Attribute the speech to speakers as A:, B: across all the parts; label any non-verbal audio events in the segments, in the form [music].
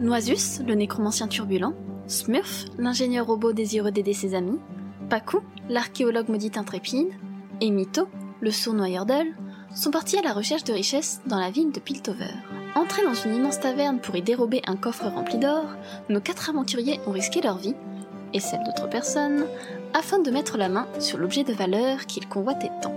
A: Noisus, le nécromancien turbulent, Smurf, l'ingénieur robot désireux d'aider ses amis, Paku, l'archéologue maudite intrépide, et Mito, le sournoyeur d'œil, sont partis à la recherche de richesses dans la ville de Piltover. Entrés dans une immense taverne pour y dérober un coffre rempli d'or, nos quatre aventuriers ont risqué leur vie, et celle d'autres personnes, afin de mettre la main sur l'objet de valeur qu'ils convoitaient tant.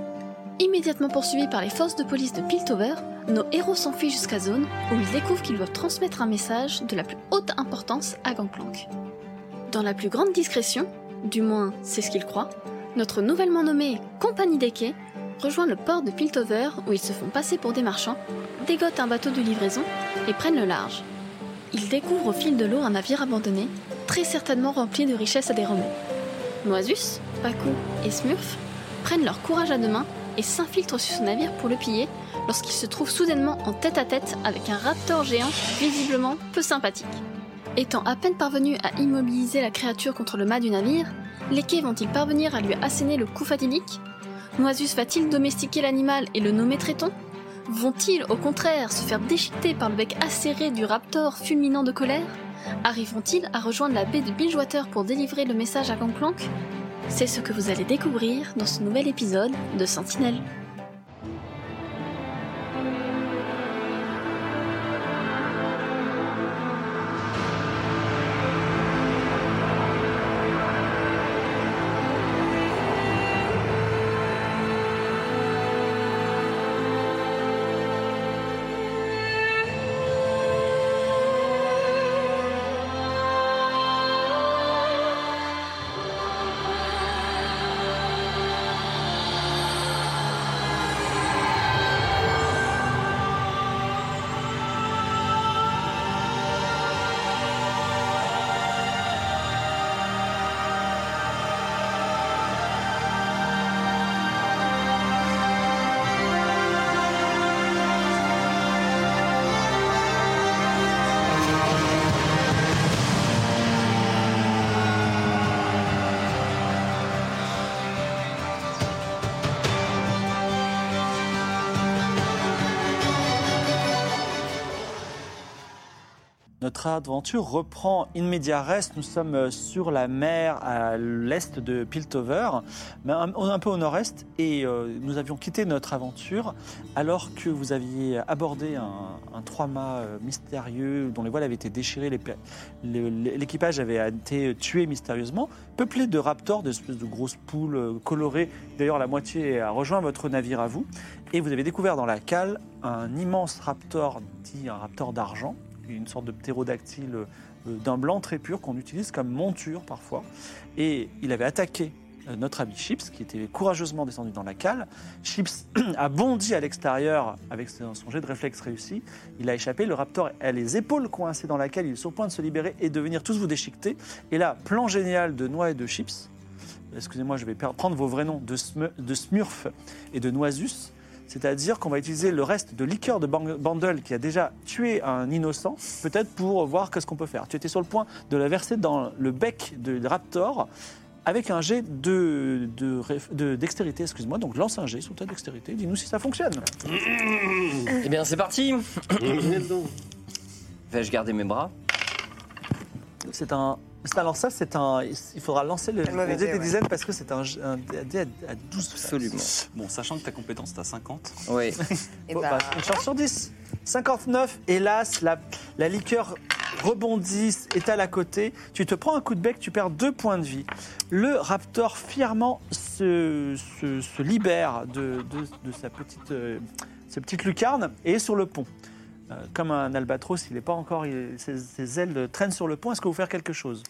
A: Immédiatement poursuivis par les forces de police de Piltover, nos héros s'enfuient jusqu'à Zone, où ils découvrent qu'ils doivent transmettre un message de la plus haute importance à Gangplank. Dans la plus grande discrétion, du moins c'est ce qu'ils croient, notre nouvellement nommée Compagnie des Quais rejoint le port de Piltover où ils se font passer pour des marchands, dégotent un bateau de livraison et prennent le large. Ils découvrent au fil de l'eau un navire abandonné, très certainement rempli de richesses à dérober. Noisus, Paku et Smurf prennent leur courage à deux mains et s'infiltrent sur ce navire pour le piller lorsqu'ils se trouvent soudainement en tête à tête avec un raptor géant visiblement peu sympathique. Étant à peine parvenus à immobiliser la créature contre le mât du navire, les quais vont-ils parvenir à lui asséner le coup fatidique Noisus va-t-il domestiquer l'animal et le nommer traiton Vont-ils au contraire se faire déchiqueter par le bec acéré du raptor fulminant de colère Arriveront-ils à rejoindre la baie de Bilgewater pour délivrer le message à Gangplank C'est ce que vous allez découvrir dans ce nouvel épisode de Sentinelle.
B: Notre aventure reprend in media res. Nous sommes euh, sur la mer à l'est de Piltover, mais un, un peu au nord-est. Et euh, nous avions quitté notre aventure alors que vous aviez abordé un, un trois-mâts euh, mystérieux dont les voiles avaient été déchirées. les pe- le- le- L'équipage avait été tué mystérieusement, peuplé de raptors, d'espèces de grosses poules euh, colorées. D'ailleurs, la moitié a rejoint votre navire à vous. Et vous avez découvert dans la cale un immense raptor, dit un raptor d'argent une sorte de ptérodactyle euh, d'un blanc très pur qu'on utilise comme monture parfois. Et il avait attaqué euh, notre ami Chips, qui était courageusement descendu dans la cale. Chips [clears throat] a bondi à l'extérieur avec son son jet de réflexe réussi. Il a échappé, le raptor a les épaules coincées dans la cale, il est sur le point de se libérer et de venir tous vous déchiqueter. Et là, plan génial de Noix et de Chips, excusez-moi, je vais per- prendre vos vrais noms, de, Sm- de Smurf et de Noisus. C'est-à-dire qu'on va utiliser le reste de liqueur de Bang- Bandel qui a déjà tué un innocent, peut-être pour voir qu'est-ce qu'on peut faire. Tu étais sur le point de la verser dans le bec de Raptor avec un jet de, de, réf- de dextérité, excuse-moi. Donc lance un jet sous ta dextérité, dis-nous si ça fonctionne.
C: Eh bien, c'est parti [coughs] Vais-je garder mes bras
B: C'est un. C'est un lancer, c'est un. Il faudra lancer le,
D: Un mauvais
B: le dé
D: dé,
B: des
D: ouais.
B: dizaines parce que c'est un, j- un dé à, à 12 faces.
C: Absolument.
E: Bon, sachant que ta compétence, t'as 50.
C: Oui.
D: Et
B: Bon,
D: bah,
B: bah, une chance sur 10. 59, hélas, la, la liqueur rebondit, étale à côté. Tu te prends un coup de bec, tu perds deux points de vie. Le raptor fièrement se, se- se libère de, de- de sa petite, euh, sa petite lucarne et est sur le pont. Euh, comme un albatros, il n'est pas encore. il- ses, ses ailes traînent sur le pont. Est-ce que vous faire quelque chose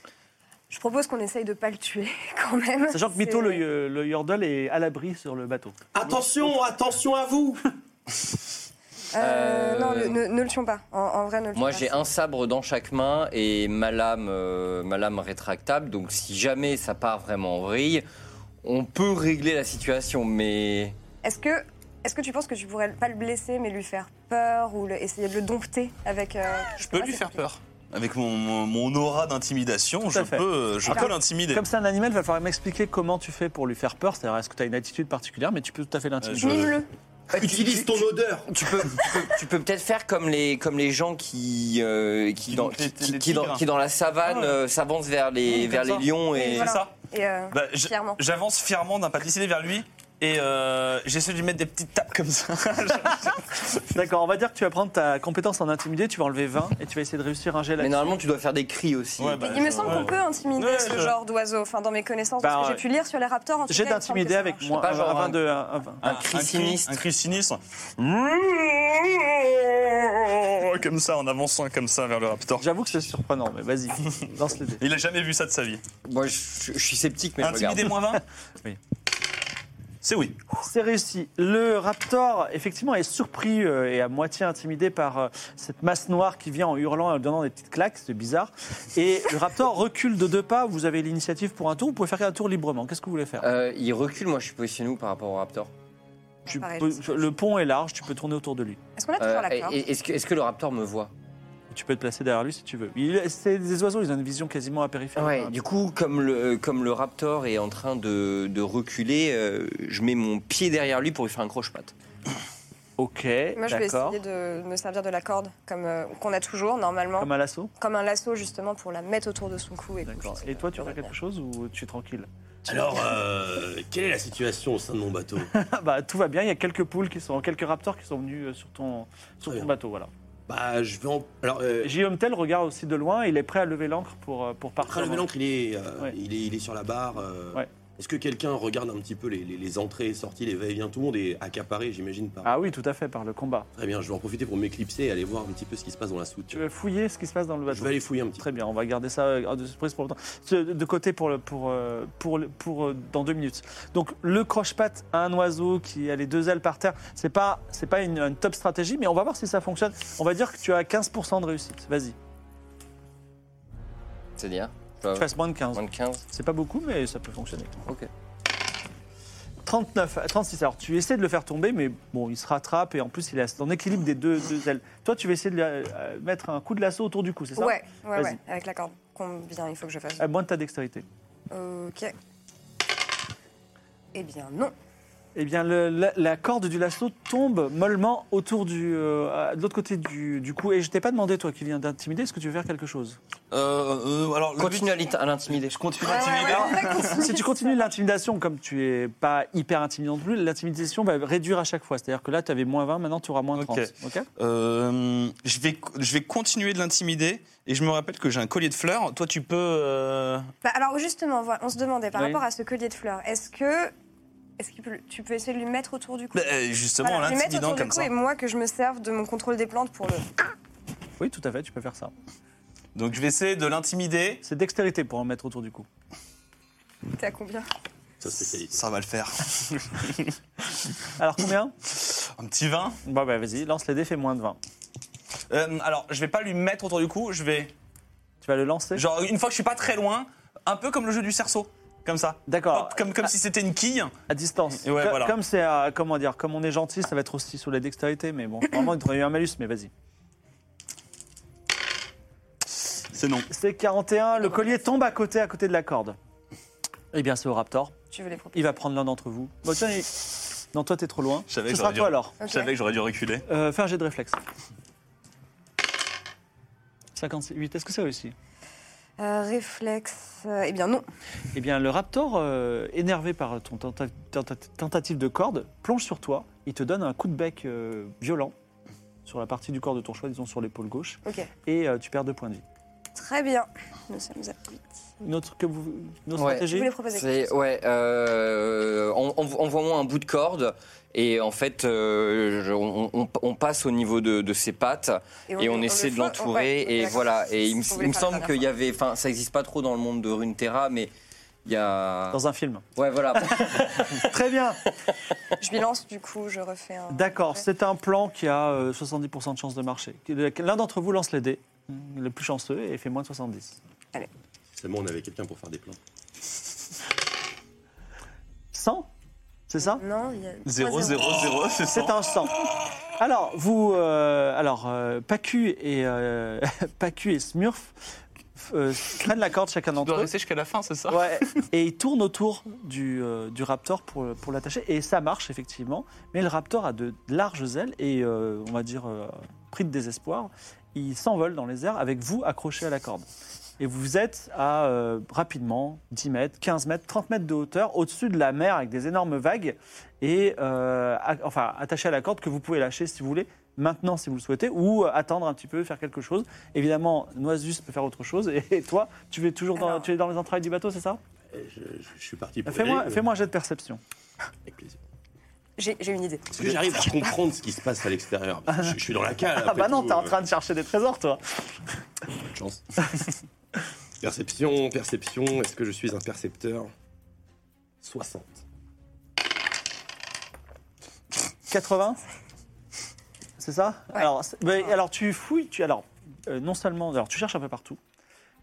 D: Je propose qu'on essaye de pas le tuer [laughs] quand même.
B: Sachant que
D: C'est- euh,
B: Mito, le, euh, le Yordle est à l'abri sur le bateau.
F: Attention, attention à [laughs] vous
D: Euh, Non,
C: Euh,
D: le- ne, ne le tuons pas. En, en vrai, ne le tuons
C: Moi,
D: pas.
C: j'ai un sabre dans chaque main et ma lame, euh, ma lame rétractable. Donc, si jamais ça part vraiment en vrille, on peut régler la situation. Mais
D: Est-ce que, est-ce que tu penses que tu pourrais pas le blesser, mais lui faire peur ou le- essayer de le dompter avec. euh,
E: Je peux
D: Ah,
E: lui
D: c'est
E: faire
D: compliqué.
E: peur. Avec mon, mon- mon aura d'intimidation,
B: Tout à
E: je
B: fait.
E: peux, je
B: Alors,
E: peux l'intimider.
B: Comme c'est un animal, il va falloir m'expliquer comment tu fais pour lui faire peur. C'est-à-dire, est-ce que tu as une attitude particulière, mais tu peux tout à fait l'intimider.
E: Euh, je-
D: Mime-le.
F: Utilise ton odeur
C: tu peux, tu peux, tu peux peut-être faire comme les, comme les gens qui, euh, qui,
E: Qui
C: dans,
E: montent les-
C: qui, qui-
E: les
C: qui dans,
E: tigres.
C: qui dans la savane
E: Ah ouais.
C: euh, s'avancent vers les,
E: Mmh,
C: vers les
E: comme ça.
C: lions
D: Oui,
C: et
D: voilà.
E: C'est ça
D: Et euh,
E: Bah, je-
D: fièrement.
E: J'avance fièrement d'un pas décidé vers lui et euh, j'essaie de lui mettre des petites tapes comme ça.
B: D'accord, on va dire que tu vas prendre ta compétence en intimider, tu vas enlever 20 et tu vas essayer de réussir un jet
C: Mais
B: là
C: normalement, tu dois faire des cris aussi.
E: Ouais, bah,
D: Il me
E: je-
D: semble
E: ouais.
D: qu'on peut intimider
E: Ouais,
D: ce
E: je-
D: genre d'oiseau. Enfin, dans mes connaissances,
B: Bah,
D: parce que j'ai pu lire sur les raptors. en tout
B: J'ai
D: cas, il me semble que
B: d'intimider
D: ça
B: avec
D: marche.
B: moi
C: pas,
B: un,
C: genre,
B: un
C: un-
B: de- un- un vingt.
C: Un cri sinistre.
E: Un cri sinistre. Oh, Comme ça, en avançant comme ça vers le raptor.
B: J'avoue que c'est surprenant, mais
C: [laughs]
B: vas-y, lance les dés.
E: Il a jamais vu ça de sa vie.
C: Moi, je, je suis sceptique, mais je regarde.
E: Intimidé moins 20
B: Oui.
E: C'est oui.
B: C'est réussi. Le raptor, effectivement, est surpris euh, et à moitié intimidé par euh, cette masse noire qui vient en hurlant et en donnant des petites claques, c'est bizarre. Et le
C: [laughs]
B: raptor recule de deux pas, vous avez l'initiative pour un tour, vous pouvez faire un tour librement. Qu'est-ce que vous voulez faire
C: Euh, il recule, moi, je suis positionné où par rapport au raptor
B: Tu
D: Pareil.
B: peux- Le pont est large, tu peux tourner autour de lui.
D: Est-ce qu'on a toujours
C: Euh,
D: la
C: et-
D: peur
C: et- Est-ce que, est-ce que le raptor me voit
B: Tu peux te placer derrière lui si tu veux. Il- C'est des oiseaux, ils ont une vision quasiment hein. à périphérie.
C: Ouais, du coup, comme le, comme le raptor est en train de, de reculer, euh, je mets mon pied derrière lui pour lui faire un croche-patte.
B: Ok,
D: Moi, je vais
B: d'accord.
D: essayer de me servir de la corde comme euh, qu'on a toujours normalement,
B: Comme à
D: comme...
B: l'assaut
D: un lasso justement pour la mettre autour de son cou. Et,
B: D'accord.
D: coucher
B: Et
D: sur-
B: toi, tu
D: sur
B: fais
D: le
B: quelque
D: mur.
B: chose ou tu es tranquille [laughs]
F: Alors, euh, quelle est la situation au sein de mon bateau
B: Ah bah, Tout va bien, il y a quelques poules qui sont, quelques raptors qui sont venus euh, sur ton, sur
F: Très
B: ton
F: bien.
B: bateau. Voilà.
F: Bah, je vais en... Alors, euh,
B: Guillaume Tell regarde aussi de loin, il est prêt à lever l'ancre pour, euh, pour partir.
F: après, le mélancre, il est, euh,
B: Ouais.
F: il, est, il est sur la barre. euh,
B: Ouais.
F: Est-ce que quelqu'un regarde un petit peu les, les- les entrées et sorties, les va-et-vient Tout le monde est accaparé, j'imagine. Par...
B: Ah oui, tout à fait, par le combat.
F: Très bien, je vais en profiter pour m'éclipser et aller voir un petit peu ce qui se passe dans la soute.
B: Tu veux fouiller ce qui se passe dans le
F: Je
B: bateau
F: vais aller fouiller un petit peu.
B: Très bien, on va garder ça euh, de surprise pour le temps. Ce- De côté pour, le- pour, euh, pour, le- pour, euh, dans deux minutes. Donc le croche-patte à un oiseau qui a les deux ailes par terre, c'est pas, c'est pas une, une top stratégie, mais on va voir si ça fonctionne. On va dire que tu as 15% de réussite. Vas-y,
C: C'est-à-dire je dois-
B: tu fasses moins de 15.
C: Moins de 15
B: C'est pas beaucoup, mais ça peut fonctionner.
C: Ok.
B: 39, euh, 36. Alors, tu essaies de le faire tomber, mais bon, il se rattrape et en plus, il est en équilibre des deux, deux ailes. Toi, tu vas essayer de lui, euh, mettre un coup de lasso autour du cou, c'est ça
D: Ouais, ouais,
B: Vas-y.
D: ouais, avec la corde. Combien il faut que je fasse
B: À moins de ta dextérité.
D: Ok. Eh bien non.
B: Eh bien, le- la, la corde du lasso tombe mollement autour du, euh, à- de l'autre côté du, du cou. Et je t'ai pas demandé, toi, qui viens d'intimider, est-ce que tu veux faire quelque chose
E: Euh, euh, alors, le
C: Continue à l'int- à l'intimider.
E: but- je continue
D: Ah Ouais, ouais,
E: d'intimider.
D: ouais, on va continuer.
B: Si tu continues l'intimidation, comme tu es pas hyper intimidant non plus, l'intimidation va réduire à chaque fois. C'est-à-dire que là, tu avais moins 20, maintenant, tu auras moins
E: Ok.
B: 30. Ok
E: Euh, je, vais, je vais continuer de l'intimider et je me rappelle que j'ai un collier de fleurs. Toi, tu peux. euh,
D: Bah, alors justement, voilà, on se demandait par
B: Oui.
D: rapport à ce collier de fleurs, est-ce que, est-ce que tu peux essayer de lui mettre autour du cou
E: bah, euh, justement,
D: Voilà,
E: en
D: lui mettre
E: l'intimidant
D: autour du
E: comme
D: cou
E: ça.
D: et moi que je me serve de mon contrôle des plantes pour le.
B: Oui, tout à fait, tu peux faire ça.
E: Donc, je vais essayer de l'intimider.
B: C'est dextérité pour en mettre autour du cou.
D: T'es à combien
F: Ça, c'est-
E: Ça va le faire. [laughs]
B: Alors, combien [coughs]
E: Un petit vin.
B: Bah, bah vas-y, lance les dés, fais moins de 20.
E: Euh, alors, je vais pas lui mettre autour du cou. Je vais.
B: Tu vas le lancer
E: Genre, une fois que je suis pas très loin, un peu comme le jeu du cerceau. Comme ça.
B: D'accord,
E: Hop, comme comme
B: à,
E: si c'était une quille.
B: à distance. [coughs]
E: Et ouais,
B: Co-
E: voilà.
B: Comme c'est à- comment dire, comme on est gentil, ça va être aussi sous la dextérité, mais bon, [coughs] normalement il devrait y avoir un malus, mais vas-y.
E: C'est non.
B: C'est 41, le collier tombe à côté, à côté de la corde. Eh bien, c'est au raptor.
D: Tu veux les proposer
B: Il va prendre l'un d'entre vous. Bon, tiens, il- non, toi t'es trop loin.
E: Je savais
B: Ce
E: que
B: sera
E: j'aurais
B: toi
E: dû-
B: alors.
D: Ok.
E: Je savais que j'aurais dû reculer.
B: Euh, fais un jet de réflexe. 58, est-ce que c'est réussi
D: Euh, réflexe. euh, eh bien non.
B: Eh bien, le raptor, euh, énervé par ton tenta- tenta- tentative de corde, plonge sur toi. Il te donne un coup de bec euh, violent sur la partie du corps de ton choix, disons sur l'épaule gauche,
D: Ok.
B: et euh, tu perds deux points de vie.
D: Très bien. Nous sommes à 8.
B: notre, que vous, notre
C: Ouais.
D: Je
B: stratégie
D: voulais proposer.
C: C'est ouais. euh, on- on- Envoie-moi un bout de corde et en fait, euh, je- on, on- on passe au niveau de, de ses pattes et on,
D: le
C: essaie de
D: fond-
C: l'entourer
D: ouais,
C: et
D: d'accord.
C: voilà. Et il, me-
D: C'est ce qu'on
C: il me
D: voulait faire la
C: semble qu'il y avait, enfin, ça n'existe pas trop dans le monde de Runeterra, mais il y a.
B: dans un film.
C: Ouais, voilà.
B: Très bien.
D: dernière fois. Je lui lance du coup, je refais un.
B: D'accord, c'est un plan qui a euh, 70% de chance de marcher. L'un d'entre vous lance les dés, le plus chanceux, et fait moins de 70.
F: Seulement, on avait quelqu'un pour faire des plans.
B: 100 C'est ça
D: Non, il y a.
E: 0,
D: 3-0.
E: 0, 0, Oh, c'est ça.
B: C'est un 100. Alors, vous. euh, alors, euh, Pacu et, euh, [laughs] Pacu et Smurf euh, prennent la corde chacun
E: Tu dois
B: d'entre eux.
E: rester jusqu'à la fin, c'est ça
B: Ouais, et ils tournent autour du, euh, du raptor pour, pour l'attacher. Et ça marche, effectivement. Mais le raptor a de larges ailes et, euh, on va dire, euh, pris de désespoir, il s'envole dans les airs avec vous accroché à la corde. Et vous êtes à euh, rapidement 10 mètres, 15 mètres, 30 mètres de hauteur au-dessus de la mer avec des énormes vagues et euh, à- enfin attaché à la corde que vous pouvez lâcher si vous voulez maintenant si vous le souhaitez ou euh, attendre un petit peu faire quelque chose. Évidemment, Noisus peut faire autre chose [laughs] et, et toi, tu es toujours dans,
D: Alors-
B: tu es dans les entrailles du bateau, c'est ça
F: Eh, Je, je- je suis parti pour. y
B: Fais-moi
F: aller, euh,
B: fais-moi un jet de perception. Ah,
F: Avec plaisir.
D: J'ai j'ai une idée.
F: Est-ce que j'arrive à comprendre ce qui se passe à
B: [laughs]
F: l'extérieur Parce que je, je suis dans la cale.
B: Ah
F: après
B: bah non,
F: tout,
B: t'es en
F: euh,
B: train de chercher des trésors toi.
F: pas de chance. [laughs] perception, perception. Est-ce que je suis un percepteur 60.
B: 80 C'est ça alors, c'est- mais alors tu fouilles, tu alors euh, non seulement alors tu cherches un peu partout.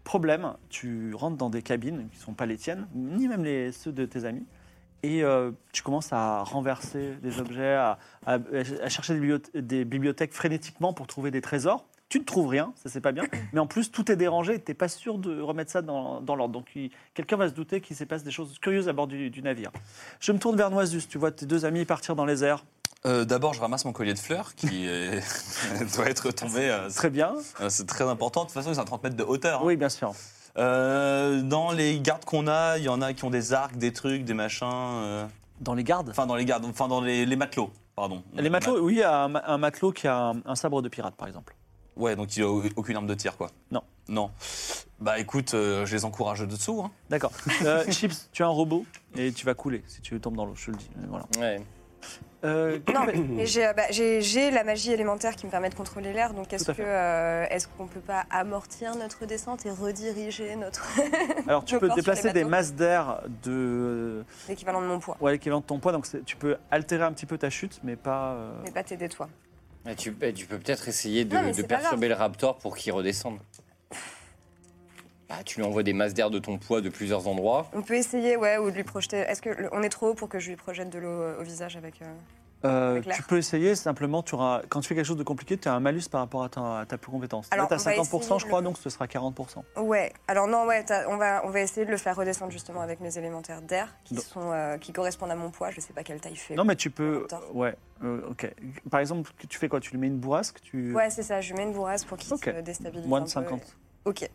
B: Problème, tu rentres dans des cabines qui sont pas les tiennes, ni même les ceux de tes amis. Et euh, tu commences à renverser des objets, à, à- à chercher des, biblioth- des bibliothèques frénétiquement pour trouver des trésors. Tu ne trouves rien, ça c'est pas bien. Mais en plus, tout est dérangé et tu n'es pas sûr de remettre ça dans, dans l'ordre. Donc il- quelqu'un va se douter qu'il se passe des choses curieuses à bord du, du navire. Je me tourne vers Noisus, tu vois tes deux amis partir dans les airs.
E: Euh, D'abord, je ramasse mon collier de fleurs qui euh, [laughs] doit être tombé. euh,
B: Très bien.
E: euh, c'est très important. De toute façon, c'est un 30 mètres de hauteur. hein.
B: Oui, bien sûr.
E: Euh, dans les gardes qu'on a, il y en a qui ont des arcs, des trucs, des machins. euh,
B: Dans les gardes
E: Enfin, dans les gardes, enfin, dans les, les matelots, pardon.
B: Les matelots, oui, il y a un, ma- un matelot qui a un, un sabre de pirate, par exemple.
E: Ouais, donc il n'y a au- aucune arme de tir, quoi.
B: Non.
E: Non. Bah écoute, euh, je les encourage de dessous. hein.
B: [laughs] D'accord. Euh, Chips, tu as un robot et tu vas couler si tu tombes dans l'eau, je te le dis. Euh, Voilà.
C: Ouais.
B: Euh, [coughs]
D: Non, mais j'ai euh, bah, j'ai- j'ai la magie élémentaire qui me permet de contrôler l'air, donc est-ce
B: Tout à
D: que
B: fait.
D: euh, est-ce qu'on peut pas amortir notre descente et rediriger notre [laughs]
B: Alors, tu
D: je
B: peux
D: pars sur
B: déplacer
D: les
B: des
D: bateaux.
B: masses d'air de.
D: l'équivalent de mon poids
B: Ouais, l'équivalent de ton poids, donc c'est- tu peux altérer un petit peu ta chute, mais pas. euh,
D: Mais pas t'aider toi.
C: Et tu, et tu peux peut-être essayer de,
D: Non, mais
C: de
D: c'est pas
C: perturber le raptor pour qu'il redescende. Bah, tu lui envoies des masses d'air de ton poids de plusieurs endroits.
D: On peut essayer, ouais, ou de lui projeter. Est-ce que le- on est trop haut pour que je lui projette de l'eau euh, au visage avec euh,
B: euh,
D: Avec l'air.
B: tu peux essayer, simplement, tu auras, quand tu fais quelque chose de compliqué, tu as un malus par rapport à ta, à ta plus compétence.
D: Alors,
B: Là,
D: on
B: tu
D: va
B: as 50%, je
D: essayer
B: crois,
D: le-
B: donc ce sera 40%.
D: Ouais. Alors non, ouais, t'as- on va on va essayer de le faire redescendre justement avec mes élémentaires d'air qui
B: Non.
D: sont euh, qui correspondent à mon poids. Je sais pas quelle taille il fait.
B: Non, mais tu peux.
D: Raptor.
B: Ouais, euh, ok. Par exemple, tu fais quoi Tu lui mets une bourrasque tu...
D: Ouais, c'est ça. Je lui mets une bourrasque pour qu'il
B: Ok.
D: se déstabilise.
B: Moins
D: un
B: de
D: peu.
B: 50.
D: Ok.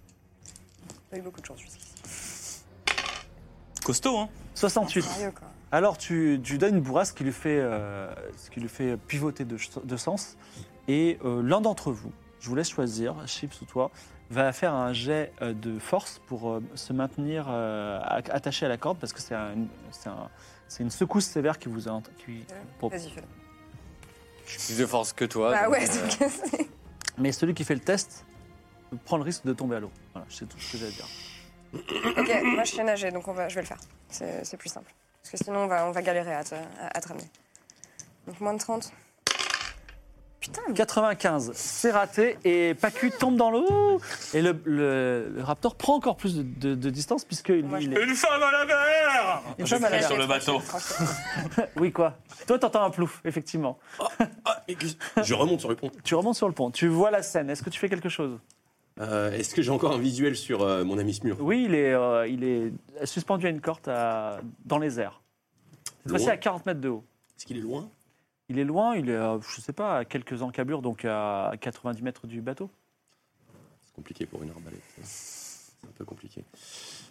D: Pas eu beaucoup de chance jusqu'ici.
E: Costaud, hein
B: 68.
D: Sérieux quoi.
B: Alors tu, tu donnes une bourrasque qui lui fait, euh, ce qui lui fait pivoter de, ch- de sens. Et euh, l'un d'entre vous, je vous laisse choisir, Chips ou toi, va faire un jet euh, de force pour euh, se maintenir euh, a- attaché à la corde parce que c'est un- c'est un- c'est une secousse sévère qui vous a... ent- qui-
D: Ouais.
B: pour-
D: Vas-y, fais-le.
C: J'ai plus de force que toi.
D: Bah
C: donc,
D: ouais,
C: euh,
D: donc c'est-
B: Mais celui qui fait le test prend le risque de tomber à l'eau. Voilà, c'est tout ce que j'ai à dire.
D: Ok, moi je sais nager, donc on va, je vais le faire. C'est c'est plus simple. Parce que sinon, on va, on va galérer à te, à, à te ramener. Donc moins de 30. Putain, mais
B: 95, c'est raté et Pacu tombe dans l'eau et le, le- le raptor prend encore plus de, de- de distance puisque lui,
D: Moi, je
B: il est...
E: Une femme à la mer
B: Une
E: Je
B: femme à la
E: crie
B: mer.
E: sur le bateau.
D: tranquille.
B: Oui, quoi Toi, t'entends un plouf, effectivement.
F: Ah, mais que- je remonte sur le pont.
B: Tu remontes sur le pont, tu vois la scène. Est-ce que tu fais quelque chose
F: Euh, Est-ce que j'ai encore un visuel sur euh, mon ami Smur
B: Oui, il est, euh, il est suspendu à une corde à- dans les airs. Cette
F: Loin.
B: fois-ci à 40 mètres de haut.
F: Est-ce qu'il est loin
B: Il est loin, il est, euh, je sais pas, à quelques encablures, donc à 90 mètres du bateau.
F: C'est compliqué pour une arbalète. ça. C'est un peu compliqué.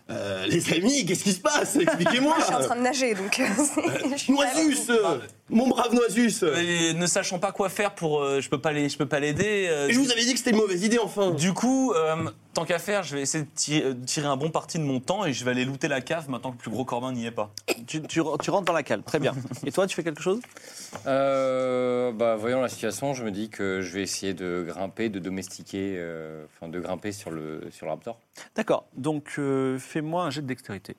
F: Euh, les amis, qu'est-ce qui se passe Expliquez-moi
D: Moi, je suis en train de nager, donc. euh, [laughs] c'est- je suis pas-
C: Ah,
F: Noisus
C: bah,
F: euh, Mon brave Noisus euh,
E: Et ne sachant pas quoi faire pour, euh, je peux pas les- je peux pas l'aider. euh,
F: Je vous avais dit que c'était une mauvaise idée, enfin
E: Du coup, euh, tant qu'à faire, je vais essayer de ti- euh, de tirer un bon parti de mon temps et je vais aller looter la cave maintenant que le plus gros Corbin n'y est pas.
B: Tu, tu- tu rentres dans la cale, [laughs] très bien. Et toi, tu fais quelque chose
C: Euh, bah, voyant la situation, je me dis que je vais essayer de grimper, de domestiquer, euh, enfin de grimper sur le, sur le raptor.
B: D'accord, donc euh, fais-moi un jet de dextérité.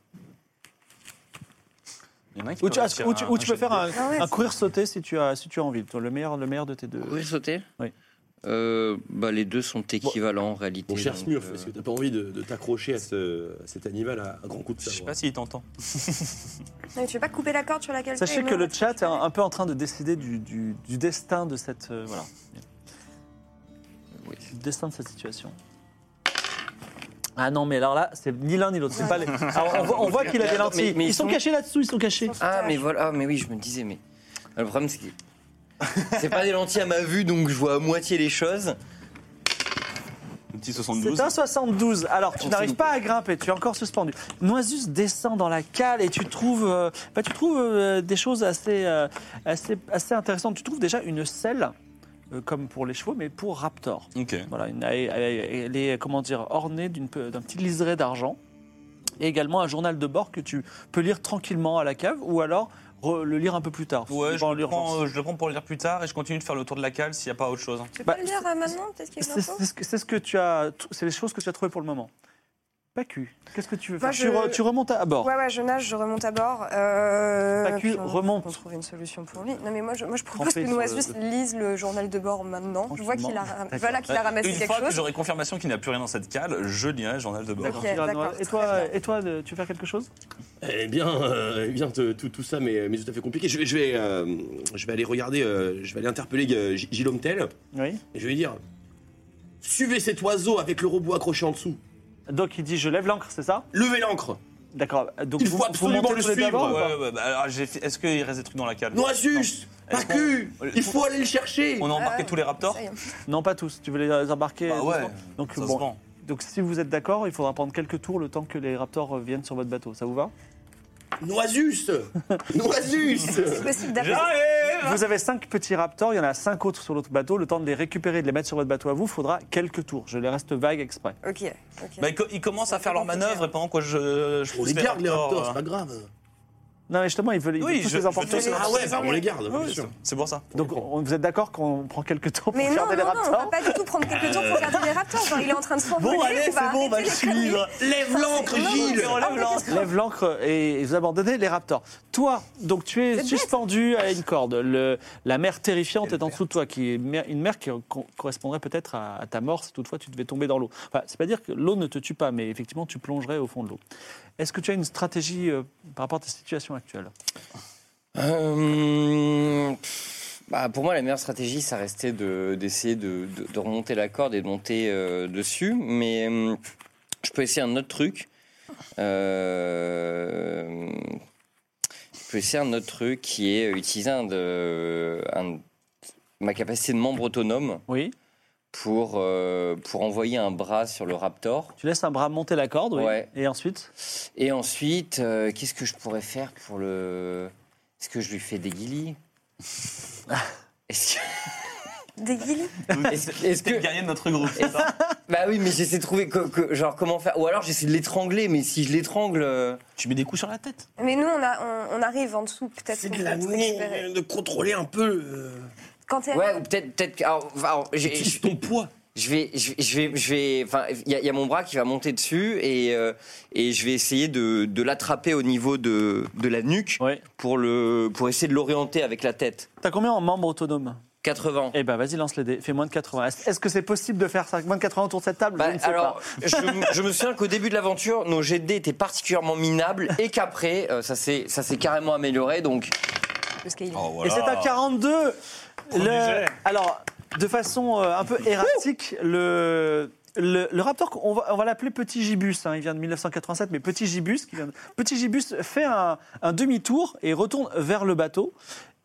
E: Il y en a qui
B: Ou tu,
E: peuvent
B: as-
E: tirer
B: ou tu-
E: un-
B: ou tu
E: un
B: peux
E: jet
B: faire
E: de
B: un,
E: dé.
D: Ah ouais,
B: un
D: c'est-
B: courir-sauter si tu as, si tu as envie, le meilleur, le meilleur de tes deux.
C: sauter
B: Oui.
C: Euh, bah, les deux sont équivalents en réalité.
F: Mon cher
C: donc,
F: Smurf,
C: euh,
F: est-ce que t'as pas envie de, de t'accrocher à, ce- à cet animal à un grand coup de
E: Je sais
F: sabre
E: pas s'il t'entend.
D: Non, mais tu veux pas couper la corde sur laquelle t'es,
B: Sachez que
D: non,
B: le
D: tu-
B: chat est un, un peu en train de décider du, du- du destin de cette, euh, voilà,
C: oui.
B: du destin de cette situation. Ah non, mais alors là, c'est ni l'un ni l'autre. C'est pas les- Alors, on voit, on voit qu'il a des
C: Attends,
B: lentilles.
C: mais- mais
B: ils
C: ils
B: sont
C: sont-
B: cachés là-dessous, ils sont cachés.
C: Ah mais voilà, ah, mais oui, je me disais mais le problème c'est que c'est pas des lentilles à ma vue donc je vois à moitié les choses.
E: Un petit
B: C'est
E: 72.
B: un 72. Alors, tu
C: On
B: n'arrives
C: s'est
B: pas à grimper, tu es encore suspendu. Noisus descend dans la cale et tu trouves, euh, bah, tu trouves euh, des choses assez, euh, assez, assez intéressantes. Tu trouves déjà une selle, euh, comme pour les chevaux, mais pour Raptor.
E: Ok.
B: Voilà, une- elle, elle- elle est comment dire, ornée d'une pe- d'un petit liseré d'argent. Et également un journal de bord que tu peux lire tranquillement à la cave ou alors re- le lire un peu plus tard.
E: Ouais, je
B: dans
E: le,
B: l'urgence.
E: prends, euh, je le prends pour le lire plus tard et je continue de faire le tour de la cale s'il n'y a pas autre chose. hein.
D: Tu veux
B: Bah,
D: pas le dire euh, maintenant Peut-être qu'il y a une
B: C'est
D: info
B: c'est ce, que- c'est ce que tu as, tr- c'est les choses que tu as trouvées pour le moment. Pacu, qu'est-ce que tu veux faire
D: Moi,
B: tu,
D: je-
B: re- tu remontes à à bord.
D: Ouais, ouais, je nage, je remonte à bord. Euh,
B: Pacu,
D: puis on-
B: remonte.
D: On trouve une solution pour lui. Non, mais moi, je, moi, je propose
B: Trempé
D: que
B: sur le-
D: Noasus lise le journal de bord maintenant. Je vois qu'il a,
B: Tranquillement.
D: ram- voilà qu'il a ramassé
E: Une
D: quelque
E: fois que
D: chose.
E: j'aurai confirmation qu'il n'y a plus rien dans cette cale, je lirai le journal de bord.
D: D'accord.
B: Tu diras,
D: d'accord,
B: Noël. Et
D: très
B: toi,
D: bien.
B: et toi, de- tu veux faire quelque chose
F: Eh bien, euh, eh bien te- tout, tout ça mais tout à fait compliqué. Je vais, je vais, euh, je vais aller regarder, euh, je vais aller interpeller euh, G- Gilomtel
B: Oui.
F: et je vais lui dire Suivez cet oiseau avec le robot accroché en dessous.
B: Doc, il dit je lève l'ancre, c'est ça
F: Levez l'ancre
B: D'accord. Donc
F: Il
B: vous,
F: faut
B: vous
F: absolument
B: montez
F: le
B: tous les deux à
F: suivre.
B: bord ou
E: Ouais,
B: pas
E: ouais, ouais, bah, alors, j'ai fait- Est-ce qu'il reste des trucs dans la cale
F: Noisus
E: Est-ce
F: Pacu
E: qu'on-
F: Il faut aller le chercher
E: On a embarqué
D: Ah,
E: tous les raptors
D: ça y est.
B: Non, pas tous. Tu veux les embarquer
E: Bah ouais,
B: doucement Donc
E: Ça se
B: bon.
E: vend.
B: Donc si vous êtes d'accord, il faudra prendre quelques tours le temps que les raptors euh, viennent sur votre bateau. Ça vous va
F: [laughs] Noisus Noisus
D: C'est possible d'appeler.
B: Vous avez cinq petits raptors, il y en a cinq autres sur l'autre bateau. Le temps de les récupérer, et de les mettre sur votre bateau à vous, il faudra quelques tours. Je les reste vague exprès.
D: Ok, ok.
E: Bah, ils co- ils commencent à faire leur manœuvre et pendant que je, je
F: On
E: pousse
F: les garde les raptors, c'est
E: euh,
F: pas grave.
B: Non, mais justement, ils veulent, ils
E: Oui,
B: veulent tous
E: je-
B: les
E: je
B: emporter.
E: te-
F: Ah ouais, bah, on les garde, bien
E: ouais,
F: sûr.
E: C'est pour ça.
B: Donc on- vous êtes d'accord qu'on prend quelques tours pour
D: Mais non,
B: garder
D: non,
B: les
D: non, on va
B: raptors
D: pas du tout prendre quelques temps pour garder les raptors. Genre, il est en train de s'envoler. on va arrêter les conneries.
F: Lève l'ancre, Gilles
E: Ah,
B: Lève l'ancre et vous abandonnez les raptors. Toi, donc tu es
D: bête.
B: suspendu à une corde. Le- la mer terrifiante est en dessous de toi, qui est mer- une mer qui co- correspondrait peut-être à, à ta mort si toutefois tu devais tomber dans l'eau. Enfin, c'est pas dire que l'eau ne te tue pas, mais effectivement tu plongerais au fond de l'eau. Est-ce que tu as une stratégie euh, par rapport à ta situation actuelle
C: Euh, pff, bah, pour moi, la meilleure stratégie, ça restait de- d'essayer de, de- de remonter la corde et de monter euh, dessus. Mais hum, je peux essayer un autre truc. Euh, je peux essayer un autre truc qui est utiliser un de, un- ma capacité de membre autonome
B: Oui.
C: pour, euh, pour envoyer un bras sur le Raptor.
B: Tu laisses un bras monter la corde, oui.
C: Ouais.
B: Et ensuite
C: Et ensuite, euh, qu'est-ce que je pourrais faire pour le. Est-ce que je lui fais des guillis [laughs] Est-ce que.
D: Des guillis.
C: Est-ce que- est-ce
E: C'était le
C: que-
E: gardien de notre groupe, c'est ça
C: Bah oui, mais j'essaie de trouver co- co- genre comment faire. Ou alors j'essaie de l'étrangler, mais si je l'étrangle, euh,
E: Tu mets des coups sur la tête.
D: Mais nous, on, a, on, on arrive en dessous, peut-être.
F: C'est
D: qu'on
F: de la
D: peut te récupérer.
F: merde de contrôler un peu euh,
D: Quand t'es.
C: ouais, ou peut-être, peut-être. que- alors, enfin, alors, j'ai- je
F: ton poids.
C: je vais, je vais, je vais, je vais. Enfin, il y, a- il y a mon bras qui va monter dessus et euh, et je vais essayer de, de l'attraper au niveau de, de la nuque
B: Oui.
C: pour le pour essayer de l'orienter avec la tête.
B: T'as combien en membres autonomes
C: 80.
B: Eh ben, vas-y, lance les dés. Fais moins de 80. Est-ce est-ce que c'est possible de faire ça Moins de 80 autour de cette table
C: Bah,
B: Je ne sais
C: alors,
B: pas.
C: je, m- je me souviens qu'au début de l'aventure, nos GD étaient particulièrement minables et qu'après, euh, ça s'est ça s'est carrément amélioré. Donc,
D: Parce qu'il
E: Oh,
B: Et
E: voilà.
B: c'est à 42.
E: Premier jet.
B: Alors, de façon euh, un peu erratique, le. Le, le raptor, on va, on va l'appeler Petit Gibus, hein, il vient de 1987, mais Petit Gibus, qui vient de- Petit Gibus fait un, un demi-tour et retourne vers le bateau.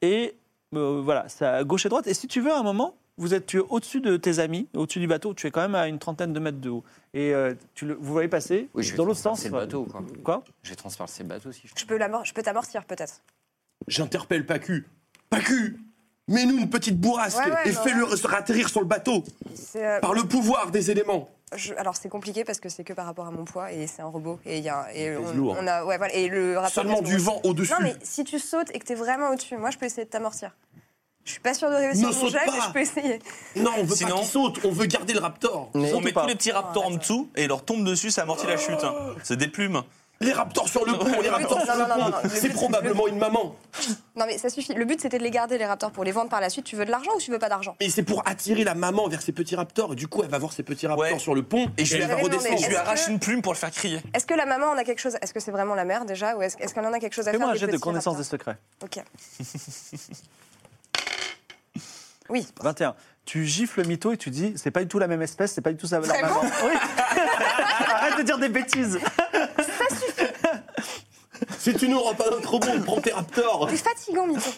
B: Et euh, voilà, c'est à gauche et droite. Et si tu veux, à un moment, vous êtes tu es au-dessus de tes amis, au-dessus du bateau, tu es quand même à une trentaine de mètres de haut. Et euh, tu le, vous voyez passer
C: Oui, je vais
B: dans l'autre sens.
C: transpercer le bateau, quoi.
B: Quoi
C: Je vais transpercer le bateau si je
D: Je peux l'amor- je peux t'amortir peut-être.
F: J'interpelle Pacu. Pacu Mets-nous une petite bourrasque
D: Ouais, ouais,
F: et
D: bah
F: fais-le se atterrir sur le bateau
D: C'est, euh,
F: par le pouvoir des éléments.
D: je- alors c'est compliqué parce que c'est que par rapport à mon poids et c'est un robot et il y a et
F: Il pèse
D: on,
F: lourd.
D: on a ouais voilà et le rapport
F: Seulement
D: pèse
F: du
D: lourd.
F: vent au-dessus.
D: Non mais si tu sautes et que t'es vraiment au-dessus, moi je peux essayer de t'amortir. Je suis pas sûre de
F: Ne
D: réussir mon
F: saute
D: jet,
F: pas.
D: mais je peux essayer.
F: Non, on veut
E: Sinon-
F: pas qu'il saute, on veut garder le raptor.
C: Mais-
E: On
B: Surtout
E: met
B: pas.
E: tous les petits raptors
D: Ah,
E: en dessous et leur tombe dessus, ça amortit la chute.
D: Oh.
E: hein. C'est des plumes.
F: Les raptors sur le pont, les raptors
D: non,
F: sur
D: non, non,
F: le
D: non,
F: pont.
D: le
F: C'est
D: but-
F: probablement une maman.
D: Non mais ça suffit. Le but c'était de les garder les raptors pour les vendre par la suite. Tu veux de l'argent ou tu veux pas d'argent
F: Mais c'est pour attirer la maman vers ses petits raptors. Et du coup, elle va voir ses petits raptors
E: Ouais.
F: sur le pont
E: Et je lui,
F: elle va
D: J'avais demandé,
F: redescendre.
E: je lui
D: est-ce
E: arrache
D: que-
E: une plume pour le faire crier.
D: Est-ce que la maman en a quelque chose Est-ce que c'est vraiment la mère déjà ou est-ce est-ce qu'elle en a quelque chose à
B: Fais-moi
D: faire
B: un
D: des
B: jet de
D: petits
B: connaissance des
D: raptors
B: secrets.
D: Ok. oui.
B: 21. Tu gifles le mytho et tu dis c'est pas du tout la même espèce, c'est pas du tout ça. leur
D: C'est
B: maman. Oui. [laughs] Arrête de dire des bêtises.
F: Si tu nous rends pas notre monde, prends tes raptors.
D: C'est fatigant, Mito.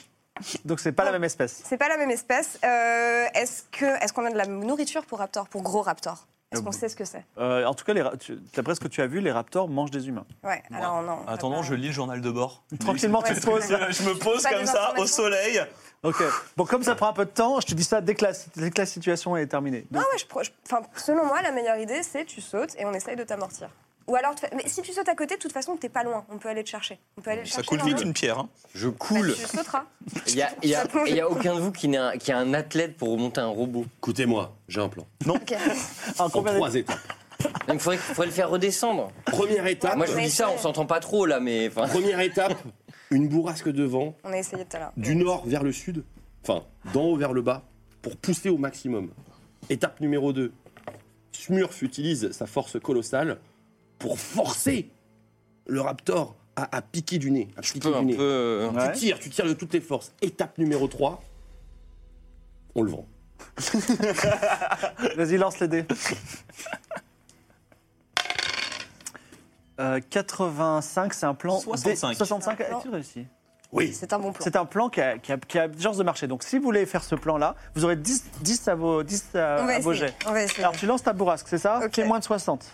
B: Donc c'est pas la même espèce.
D: C'est pas la même espèce. Euh, est-ce que est-ce qu'on a de la nourriture pour raptor, pour gros raptor Est-ce qu'on sait ce que c'est
B: Euh, en tout cas, les ra- tu- d'après ce que tu as vu, les raptors mangent des humains.
D: Ouais. Alors non. on
E: En
D: va
E: attendant,
D: pas-
E: je lis le journal de bord.
B: Tranquillement, tu
D: Ouais.
B: te poses.
E: Je me pose
D: bah. Pas
E: comme
D: des
E: ça, au
D: informations.
E: soleil.
B: Ok. Bon, comme ça prend un peu de temps, je te dis ça dès que la, dès que la situation est terminée.
D: Non,
B: Donc,
D: Ah ouais, je pro- je- enfin, selon moi, la meilleure idée, c'est tu sautes et on essaye de t'amortir. Ou alors, tu fais- mais si tu sautes à côté, de toute façon, t'es pas loin. On peut aller te chercher. On peut aller te
E: Ça
D: chercher
E: coule
D: dans
E: vite
D: l'eau.
E: une pierre. hein.
C: Je
D: Bah,
C: coule.
D: tu sauteras.
C: Il n'y a, il y a- il y a aucun de vous qui, n'est un- qui a un athlète pour remonter un robot.
F: Écoutez-moi, j'ai un plan.
D: Ok. Ah,
B: en
F: En
B: combien
F: trois étapes.
C: Il faudrait, faudrait le faire redescendre.
F: Première étape,
C: Moi, je vous dis ça, on s'entend pas trop là, mais. enfin,
F: première étape, une bourrasque de vent
D: On a essayé tout à l'heure.
F: du nord vers le sud, enfin d'en haut vers le bas, pour pousser au maximum. Étape numéro 2. Smurf utilise sa force colossale pour forcer le raptor à, à piquer du nez. à
C: Je
F: piquer
C: peux
F: du
C: un
F: nez.
C: peu. euh,
B: Ouais.
F: Tu tires, tu tires de toutes tes forces. Étape numéro 3. On le vend.
B: Vas-y, lance les dés. Euh, 85, c'est un plan.
E: 65.
B: 65,
D: Un plan.
B: tu réussis.
F: Oui.
D: C'est un bon plan.
B: C'est un plan qui a, qui, a, qui a des chances de marcher. Donc, si vous voulez faire ce plan-là, vous aurez 10, 10 à vos, 10 à,
D: On va
B: Euh, à vos
D: essayer.
B: jets.
D: On va essayer.
B: Alors, tu lances ta bourrasque, c'est ça
D: Ok.
B: C'est moins de 60.